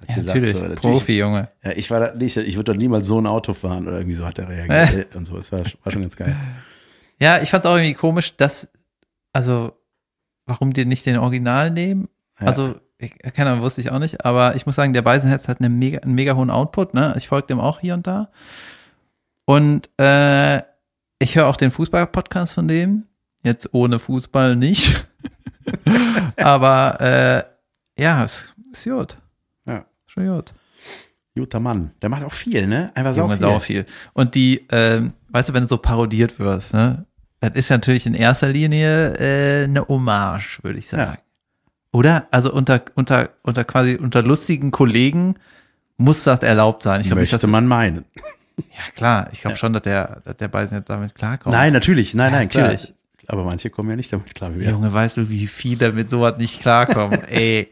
Speaker 1: Hat
Speaker 2: Ja, natürlich,
Speaker 1: so,
Speaker 2: Profi, Junge.
Speaker 1: Ja, ich war da nicht, ich würde doch niemals so ein Auto fahren oder irgendwie so hat er
Speaker 2: Äh.
Speaker 1: reagiert und so. Es war, war schon ganz geil.
Speaker 2: Ja, ich fand's auch irgendwie komisch, dass, also, warum die nicht den Original nehmen?
Speaker 1: Ja.
Speaker 2: Also, ich, keine Ahnung, wusste ich auch nicht, aber ich muss sagen, der Beisenherz hat eine mega, einen mega hohen Output, ne? Ich folge dem auch hier und da. Und äh, ich höre auch den Fußball-Podcast von dem. Jetzt ohne Fußball nicht. aber äh, ja, es ist gut.
Speaker 1: Ja.
Speaker 2: Schon gut.
Speaker 1: Guter Mann. Der macht auch viel, ne? Einfach sau
Speaker 2: Junge,
Speaker 1: viel.
Speaker 2: sau viel. Und die, ähm, weißt du, wenn du so parodiert wirst, ne, das ist natürlich in erster Linie äh, eine Hommage, würde ich sagen. Oder? Also unter, unter, unter quasi unter lustigen Kollegen muss das erlaubt sein. Ich glaube nicht, dass,
Speaker 1: Möchte
Speaker 2: ja
Speaker 1: man meinen.
Speaker 2: klar, ich glaube schon, dass der, dass der Beisen damit klarkommt.
Speaker 1: Nein, natürlich. Nein,
Speaker 2: Ja,
Speaker 1: nein, klar.
Speaker 2: natürlich.
Speaker 1: Aber manche kommen ja nicht damit klar. Wie wir.
Speaker 2: Junge, weißt du, wie viele mit sowas nicht klarkommen? Ey,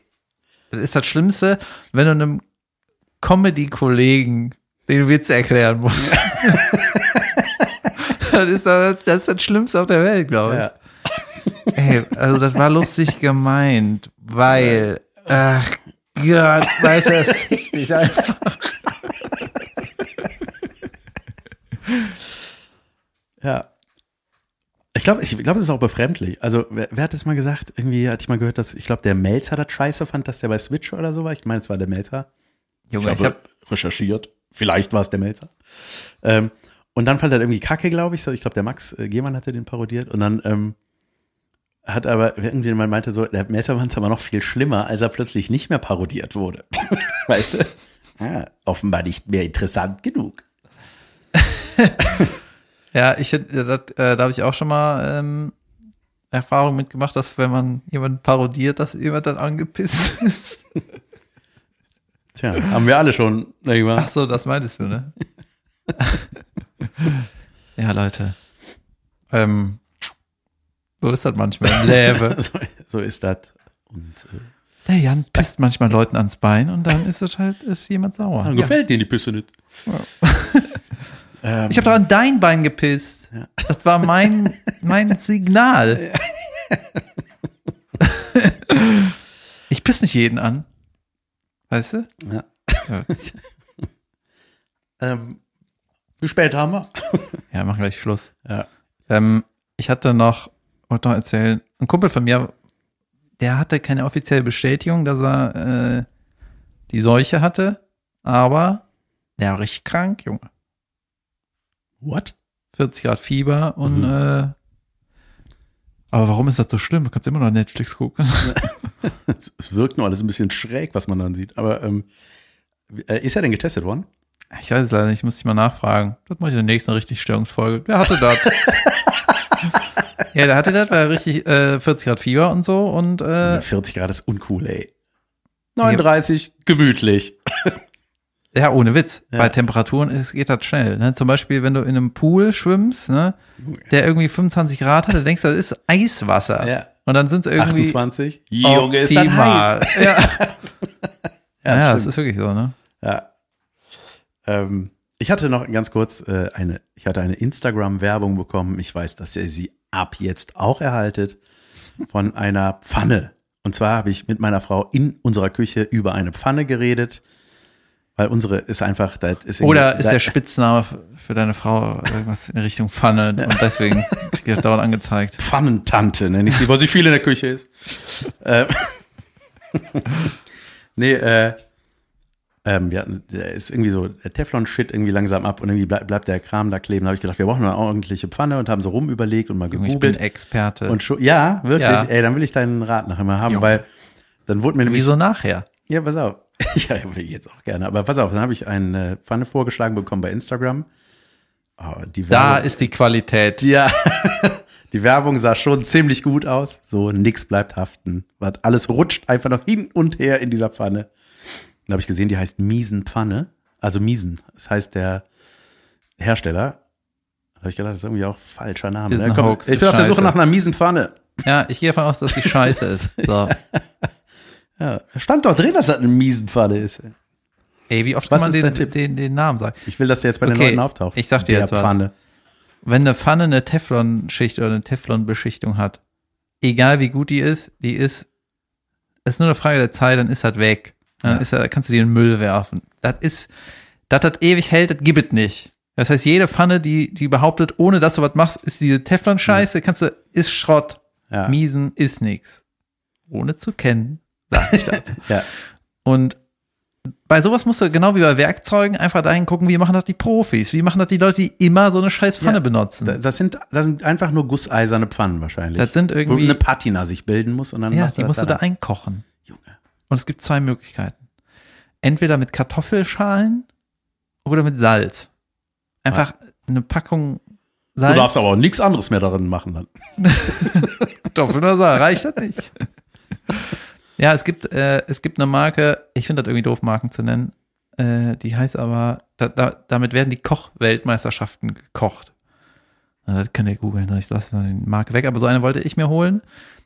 Speaker 2: das ist das Schlimmste, wenn du einem Comedy-Kollegen den Witz erklären musst. das, ist das, das ist das Schlimmste auf der Welt, glaube ich.
Speaker 1: Ja.
Speaker 2: Ey, also das war lustig gemeint, weil, ach Gott, weißt du, fick dich einfach.
Speaker 1: ja. Ich glaube, ich glaube, es ist auch befremdlich. Also, wer, wer hat das mal gesagt? Irgendwie hatte ich mal gehört, dass ich glaube, der Melzer das scheiße fand, dass der bei Switch oder so war. Ich meine, es war der Melzer.
Speaker 2: Junge, ich habe
Speaker 1: recherchiert. Vielleicht war es der Melzer. Ähm, und dann fand er irgendwie Kacke, glaube ich. So, ich glaube, der Max äh, Gehmann hatte den parodiert. Und dann ähm, hat aber irgendwie man meinte so, der Melzer fand es aber noch viel schlimmer, als er plötzlich nicht mehr parodiert wurde. weißt du? Ah, offenbar nicht mehr interessant genug.
Speaker 2: Ja, ich find, äh, das, äh, da habe ich auch schon mal ähm, Erfahrung mitgemacht, dass wenn man jemanden parodiert, dass jemand dann angepisst ist.
Speaker 1: Tja, haben wir alle schon ne,
Speaker 2: Ach
Speaker 1: irgendwann.
Speaker 2: so, das meintest du, ne? ja, Leute. Ähm, so ist das manchmal im Leben.
Speaker 1: So, so ist das. Und äh,
Speaker 2: Der Jan pisst manchmal Leuten ans Bein und dann ist es halt, ist jemand sauer.
Speaker 1: dann
Speaker 2: Ja.
Speaker 1: gefällt dir die Pisse nicht. Ähm,
Speaker 2: Ich habe doch an dein Bein gepisst. Das war mein, mein Signal. Ich piss nicht jeden an. Weißt du?
Speaker 1: ja.
Speaker 2: Ja,
Speaker 1: ähm, wie spät haben wir?
Speaker 2: ja machen gleich Schluss.
Speaker 1: Ja.
Speaker 2: Ähm, ich hatte noch, wollte noch erzählen, ein Kumpel von mir, der hatte keine offizielle Bestätigung, dass er äh, die Seuche hatte, aber der war richtig krank, Junge.
Speaker 1: What?
Speaker 2: 40 Grad Fieber und
Speaker 1: Mhm.
Speaker 2: äh, aber warum ist das so schlimm? Du kannst immer noch Netflix gucken.
Speaker 1: Es, es wirkt nur alles ein bisschen schräg, was man dann sieht. Aber ähm, äh, ist er denn getestet worden?
Speaker 2: Ich weiß es leider nicht, muss ich mal nachfragen. Das mache ich in der nächsten richtig Störungsfolge. Wer hatte das? ja, der hatte das, weil er richtig äh, 40 Grad Fieber und so und äh,
Speaker 1: 40 Grad ist uncool, ey. 39, gemütlich.
Speaker 2: ja, ohne Witz.
Speaker 1: Ja.
Speaker 2: Bei Temperaturen ist, geht das schnell. Ne? Zum Beispiel, wenn du in einem Pool schwimmst, ne,
Speaker 1: Oh,
Speaker 2: der irgendwie 25 Grad hat, dann denkst du, das ist Eiswasser.
Speaker 1: Ja.
Speaker 2: Und dann sind es irgendwie
Speaker 1: 28. Junge, ist dann
Speaker 2: optimal.
Speaker 1: heiß.
Speaker 2: Ja, ja,
Speaker 1: stimmt.
Speaker 2: das ist wirklich so, ne?
Speaker 1: Ja. Ähm, ich hatte noch ganz kurz äh, eine, ich hatte eine Instagram-Werbung bekommen. Ich weiß, dass ihr sie ab jetzt auch erhaltet. von einer Pfanne. Und zwar habe ich mit meiner Frau in unserer Küche über eine Pfanne geredet, weil unsere ist einfach, da ist irgendwie-
Speaker 2: Oder ist
Speaker 1: da,
Speaker 2: der Spitzname f- für deine Frau irgendwas in Richtung Pfanne und deswegen kriegt er dauernd angezeigt?
Speaker 1: Pfannentante, nenne ich sie, weil sie viel in der Küche ist. Ähm, nee, äh, ähm, wir hatten, da ist irgendwie so der Teflon-Shit irgendwie langsam ab und irgendwie bleib, bleibt der Kram da kleben. Da habe ich gedacht, wir brauchen eine ordentliche Pfanne und haben so rumüberlegt und mal
Speaker 2: Junge, ich bin
Speaker 1: gegoogelt.
Speaker 2: Experte.
Speaker 1: Und schon, ja, wirklich,
Speaker 2: Ja.
Speaker 1: ey, dann will ich deinen Rat nachher mal haben,
Speaker 2: Junge.
Speaker 1: weil dann wurde mir nämlich
Speaker 2: Wieso nachher?
Speaker 1: ja, pass auf. Ja, ich will jetzt auch gerne. Aber pass auf, dann habe ich eine Pfanne vorgeschlagen bekommen bei Instagram. Oh, die
Speaker 2: Da
Speaker 1: Werbung,
Speaker 2: ist die Qualität.
Speaker 1: ja, die Werbung sah schon ziemlich gut aus. So, nix bleibt haften. Was Alles rutscht einfach noch hin und her in dieser Pfanne. Dann habe ich gesehen, die heißt Miesenpfanne. Also Miesen. Das heißt der Hersteller. Da habe ich gedacht, das ist irgendwie auch falscher Name.
Speaker 2: Ist ein
Speaker 1: Ja, komm,
Speaker 2: Hoax,
Speaker 1: ich
Speaker 2: ist
Speaker 1: bin auf der Suche
Speaker 2: scheiße.
Speaker 1: nach einer Miesenpfanne.
Speaker 2: Ja, ich gehe davon aus, dass die scheiße ist. So.
Speaker 1: Ja, stand doch drin, dass das eine Miesenpfanne ist.
Speaker 2: Ey, wie oft
Speaker 1: Was
Speaker 2: kann
Speaker 1: ist
Speaker 2: man
Speaker 1: dein
Speaker 2: den,
Speaker 1: Tipp?
Speaker 2: den, den Namen sagen?
Speaker 1: Ich will, dass der jetzt bei den
Speaker 2: Okay,
Speaker 1: Leuten auftaucht.
Speaker 2: ich sag dir
Speaker 1: der
Speaker 2: jetzt was.
Speaker 1: Pfanne.
Speaker 2: Wenn eine Pfanne eine Teflonschicht oder eine Teflonbeschichtung hat, egal wie gut die ist, die ist, es ist nur eine Frage der Zeit, dann ist das weg. Dann
Speaker 1: Ja.
Speaker 2: ist das, kannst du die in den Müll werfen. Das ist, dass das ewig hält, das gibt es nicht. Das heißt, jede Pfanne, die, die behauptet, ohne dass du was machst, ist diese Teflon-Scheiße, kannst du, ist Schrott.
Speaker 1: Ja.
Speaker 2: Miesen ist nix. Ohne zu kennen, sag ich das.
Speaker 1: Ja.
Speaker 2: Und bei sowas musst du genau wie bei Werkzeugen einfach dahin gucken, wie machen das die Profis, wie machen das die Leute, die immer so eine scheiß Pfanne
Speaker 1: Ja,
Speaker 2: benutzen.
Speaker 1: Da- Das sind, das sind einfach nur gusseiserne Pfannen wahrscheinlich.
Speaker 2: Das sind irgendwie-
Speaker 1: Wo eine Patina sich bilden muss und dann
Speaker 2: ja,
Speaker 1: machst
Speaker 2: die
Speaker 1: das
Speaker 2: musst du da
Speaker 1: rein.
Speaker 2: einkochen.
Speaker 1: Junge.
Speaker 2: Und es gibt zwei Möglichkeiten. Entweder mit Kartoffelschalen oder mit Salz. Einfach eine Packung Salz.
Speaker 1: Du darfst aber auch nichts anderes mehr darin machen. Dann.
Speaker 2: Kartoffeln oder Salz. Reicht das nicht? ja, es gibt, äh, es gibt eine Marke, ich finde das irgendwie doof, Marken zu nennen. Äh, die heißt aber, da, da, damit werden die Kochweltmeisterschaften gekocht. Na, das könnt ihr googeln, ich lasse mal die Marke weg. Aber so eine wollte ich mir holen.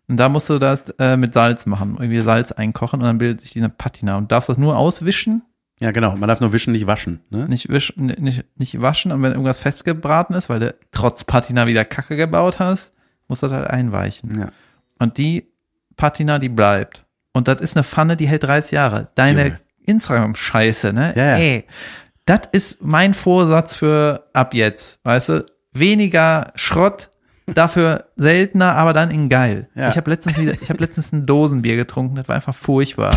Speaker 2: Und da musst du das äh, mit Salz machen, irgendwie Salz einkochen und dann bildet sich die eine Patina. Und darfst das nur auswischen,
Speaker 1: Ja, genau. Man darf nur wischen, nicht waschen. Ne?
Speaker 2: nicht, wisch, n- nicht, nicht waschen und wenn irgendwas festgebraten ist, weil du trotz Patina wieder Kacke gebaut hast, musst du das halt einweichen.
Speaker 1: Ja.
Speaker 2: Und die Patina, die bleibt. Und das ist eine Pfanne, die hält 30 Jahre. Deine
Speaker 1: Junge.
Speaker 2: Instagram-Scheiße, ne?
Speaker 1: Ja, ja.
Speaker 2: Ey, das ist mein Vorsatz für ab jetzt. Weißt du, weniger Schrott, dafür seltener, aber dann in geil.
Speaker 1: Ja.
Speaker 2: Ich habe letztens wieder, ich habe letztens ein Dosenbier getrunken, das war einfach furchtbar.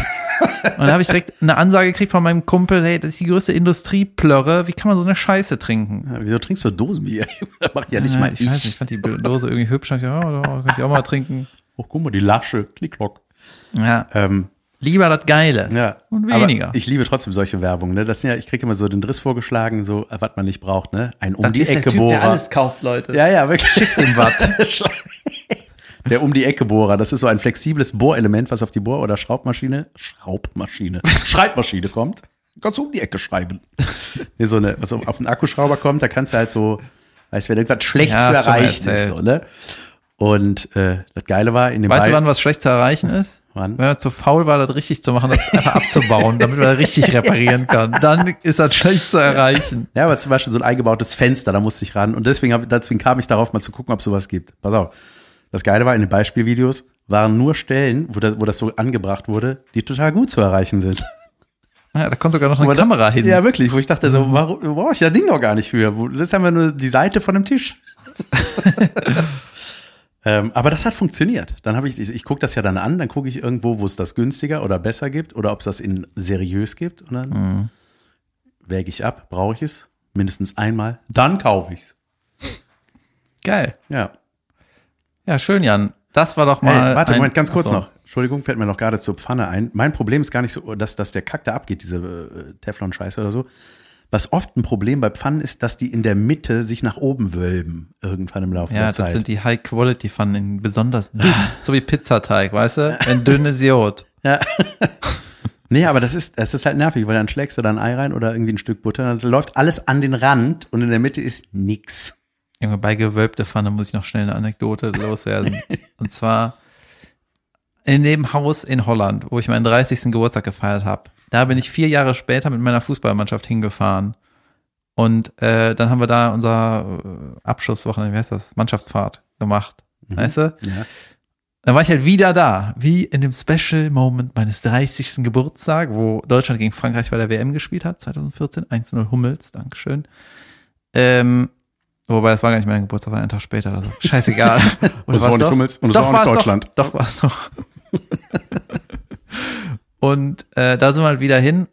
Speaker 2: Und da habe ich direkt eine Ansage gekriegt von meinem Kumpel, hey, das ist die größte Industrieplörre, wie kann man so eine Scheiße trinken?
Speaker 1: Ja, wieso trinkst du Dosenbier? das mach ja nicht
Speaker 2: Ja,
Speaker 1: mal
Speaker 2: ich,
Speaker 1: ich.
Speaker 2: weiß nicht, ich fand die Dose irgendwie hübsch, und ich dachte, oh, doch, könnte ich auch mal trinken.
Speaker 1: Oh, guck mal, die Lasche. Klick-Klock.
Speaker 2: Ja,
Speaker 1: Ähm,
Speaker 2: lieber das Geile.
Speaker 1: ja.
Speaker 2: Und
Speaker 1: Aber
Speaker 2: weniger.
Speaker 1: ich liebe trotzdem solche Werbung. Ne? Das sind ja, ich kriege immer so den Driss vorgeschlagen, so was man nicht braucht. Ne? Ein um
Speaker 2: Das
Speaker 1: die
Speaker 2: ist der
Speaker 1: Ecke
Speaker 2: Typ, der
Speaker 1: Bohrer.
Speaker 2: alles kauft, Leute.
Speaker 1: Ja, ja, wirklich. Schickt dem was. Der um die Ecke Bohrer, das ist so ein flexibles Bohrelement, was auf die Bohr- oder Schraubmaschine, Schraubmaschine, Schreibmaschine kommt. Kannst du um die Ecke schreiben. Nee, so eine, was auf den Akkuschrauber kommt, da kannst du halt so, weißt du, wenn irgendwas schlecht
Speaker 2: Ja,
Speaker 1: zu
Speaker 2: hast du mal
Speaker 1: erreichen ist,
Speaker 2: erzählt.
Speaker 1: so, ne? Und äh, das Geile war, in dem
Speaker 2: Weißt du,
Speaker 1: Wald-
Speaker 2: wann was schlecht zu erreichen ist?
Speaker 1: Wann?
Speaker 2: Wenn man zu faul war, das richtig zu machen, das einfach abzubauen, damit man das richtig reparieren kann. Dann ist das schlecht zu erreichen.
Speaker 1: Ja, aber zum Beispiel so ein eingebautes Fenster, da musste ich ran. Und deswegen, hab, deswegen kam ich darauf, mal zu gucken, ob sowas gibt. Pass auf. Das Geile war, in den Beispielvideos waren nur Stellen, wo das, wo das so angebracht wurde, die total gut zu erreichen sind.
Speaker 2: Ja, da kommt sogar noch eine
Speaker 1: Wo man da-
Speaker 2: Kamera hin.
Speaker 1: Ja, wirklich. Wo ich dachte, so, warum brauche ich das Ding doch gar nicht für? Wo- Das ist einfach nur die Seite von dem Tisch. ähm, aber das hat funktioniert. Dann habe ich, ich, ich gucke das ja dann an, dann gucke ich irgendwo, wo es das günstiger oder besser gibt oder ob es das in seriös gibt. Und dann wäge ich ab, brauche ich es mindestens einmal, dann kaufe ich es.
Speaker 2: Geil.
Speaker 1: Ja.
Speaker 2: Ja, schön, Jan. Das war doch mal.
Speaker 1: Ey, Äh, warte,
Speaker 2: ein-
Speaker 1: Moment, ganz kurz
Speaker 2: Ach so.
Speaker 1: noch. Entschuldigung, fällt mir noch gerade zur Pfanne ein. Mein Problem ist gar nicht so, dass, dass der Kack da abgeht, diese äh, Teflon-Scheiße oder so. Was oft ein Problem bei Pfannen ist, dass die in der Mitte sich nach oben wölben, irgendwann im Laufe
Speaker 2: Ja,
Speaker 1: der
Speaker 2: das
Speaker 1: Zeit.
Speaker 2: sind die High-Quality-Pfannen, besonders dünn. so wie Pizzateig, weißt du? Ein dünnes Jod.
Speaker 1: ja. nee, aber das ist, das ist halt nervig, weil dann schlägst du da ein Ei rein oder irgendwie ein Stück Butter, dann läuft alles an den Rand und in der Mitte ist nix.
Speaker 2: Junge, bei gewölbte Pfanne muss ich noch schnell eine Anekdote loswerden. Und zwar in dem Haus in Holland, wo ich meinen 30. Geburtstag gefeiert habe. Da bin ich vier Jahre später mit meiner Fußballmannschaft hingefahren. Und äh, dann haben wir da
Speaker 1: Mhm.
Speaker 2: unser äh, Abschlusswochenende, wie heißt das? Mannschaftsfahrt gemacht. Weißt du?
Speaker 1: Ja.
Speaker 2: Dann war ich halt wieder da, wie in dem Special Moment meines 30. Geburtstag, wo Deutschland gegen Frankreich bei der WM gespielt hat, 2014, 1-0 Hummels, Dankeschön. Ähm, wobei das war gar nicht mein Geburtstag, war ein Tag später oder so. Scheißegal.
Speaker 4: Und es war
Speaker 2: war's
Speaker 4: auch nicht
Speaker 2: doch?
Speaker 4: Hummels und es
Speaker 2: Doch,
Speaker 4: war auch nicht
Speaker 2: war's
Speaker 4: Deutschland.
Speaker 2: Doch, doch war es doch. und äh, da sind wir halt wieder hin.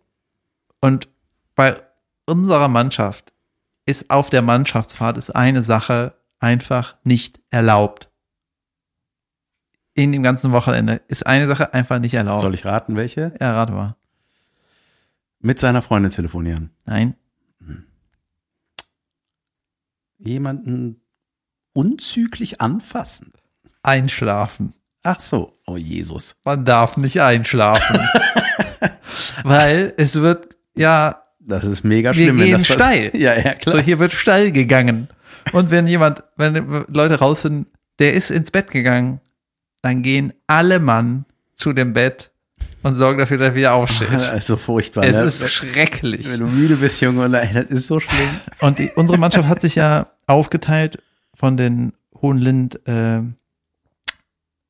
Speaker 2: Und bei unserer Mannschaft ist auf der Mannschaftsfahrt ist eine Sache einfach nicht erlaubt. In dem ganzen Wochenende ist eine Sache einfach nicht erlaubt.
Speaker 1: Oh. Soll ich raten, welche?
Speaker 2: Ja, rate mal.
Speaker 4: Mit seiner Freundin telefonieren.
Speaker 2: Nein.
Speaker 4: Jemanden unzüglich anfassen.
Speaker 2: Einschlafen.
Speaker 4: Ach so. Oh Jesus.
Speaker 2: Man darf nicht einschlafen. Weil es wird, ja,
Speaker 4: Das ist mega
Speaker 2: Wir
Speaker 4: schlimm,
Speaker 2: gehen
Speaker 4: wenn das passt.
Speaker 2: steil.
Speaker 4: Ja, ja,
Speaker 2: So,
Speaker 4: klar.
Speaker 2: hier wird steil gegangen. Und wenn jemand, wenn Leute raus sind, der ist ins Bett gegangen, dann gehen alle Mann zu dem Bett und sorgen dafür, dass er wieder
Speaker 4: Das
Speaker 2: aufsteht.
Speaker 4: ist so furchtbar.
Speaker 2: Es
Speaker 4: ne?
Speaker 2: ist schrecklich.
Speaker 4: wenn du müde bist, Junge, und das ist so schlimm.
Speaker 2: Und die, unsere Mannschaft hat sich ja aufgeteilt von den Hohenlind, äh,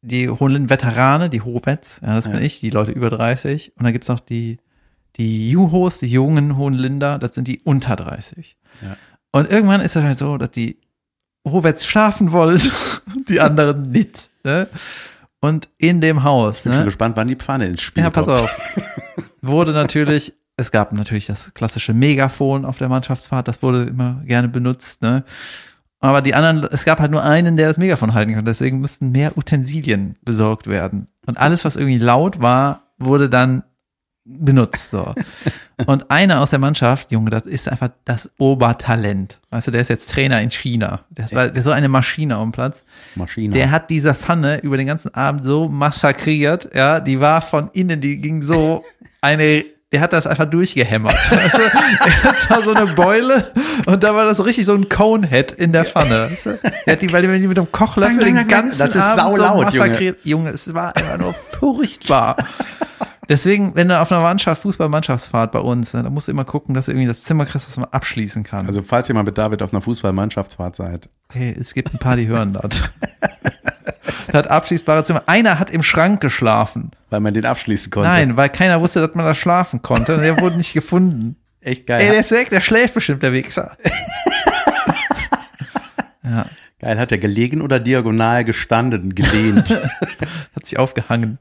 Speaker 2: die Hohenlind-Veterane, die Hohwets, ja, das
Speaker 4: Ja.
Speaker 2: bin ich, die Leute über 30. Und dann gibt's noch die, die Juhos, die jungen Hohenlinder, das sind die unter 30.
Speaker 4: Ja.
Speaker 2: Und irgendwann ist es halt so, dass die Hohwets schlafen wollen und die anderen nicht. Ne? Und in dem Haus,
Speaker 4: Ich bin schon
Speaker 2: ne,
Speaker 4: gespannt, wann die Pfanne ins Spiel
Speaker 2: ja, pass
Speaker 4: kommt.
Speaker 2: auf. Wurde natürlich, es gab natürlich das klassische Megafon auf der Mannschaftsfahrt, das wurde immer gerne benutzt, ne? Aber die anderen, es gab halt nur einen, der das Megafon halten konnte, deswegen mussten mehr Utensilien besorgt werden. Und alles, was irgendwie laut war, wurde dann benutzt, so. Und einer aus der Mannschaft, Junge, das ist einfach das Obertalent. Weißt du, der ist jetzt Trainer in China. Der ist, der ist so eine Maschine am Platz.
Speaker 4: Maschine.
Speaker 2: Der hat diese Pfanne über den ganzen Abend so massakriert, ja, die war von innen, die ging so eine, der hat das einfach durchgehämmert. Weißt du? Das war so eine Beule und da war das richtig so ein Conehead in der Pfanne. Weißt du? Der hat die, weil die mit dem Kochlöffel
Speaker 4: Dang, dang,
Speaker 2: den
Speaker 4: dang, dang.
Speaker 2: ganzen
Speaker 4: Das ist
Speaker 2: Abend so
Speaker 4: saulaut, Junge.
Speaker 2: massakriert. Junge. es war einfach nur furchtbar. Deswegen, wenn du auf einer Mannschaft, Fußballmannschaftsfahrt bei uns, ne, dann musst du immer gucken, dass du irgendwie das Zimmer kriegst, was man abschließen kann.
Speaker 4: also, falls ihr mal mit David auf einer Fußballmannschaftsfahrt seid.
Speaker 2: Hey, es gibt ein paar, die hören das. Er hat abschließbare Zimmer. Einer hat im Schrank geschlafen.
Speaker 4: Weil man den abschließen konnte.
Speaker 2: Nein, weil keiner wusste, dass man da schlafen konnte. Und der wurde nicht gefunden.
Speaker 4: Echt
Speaker 2: Ey,
Speaker 4: geil.
Speaker 2: der ist weg, der schläft bestimmt, der Wichser.
Speaker 4: geil hat er gelegen oder diagonal gestanden, gelehnt.
Speaker 2: Hat sich aufgehangen.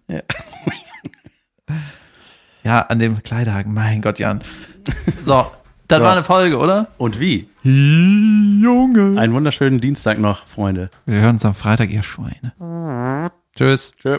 Speaker 2: Ja, an dem Kleiderhaken. Mein Gott, Jan. So, das war eine Folge, oder?
Speaker 4: Und wie?
Speaker 2: Junge.
Speaker 4: Einen wunderschönen Dienstag noch, Freunde.
Speaker 2: Wir hören uns am Freitag, ihr Schweine. Tschüss.
Speaker 4: Tschö.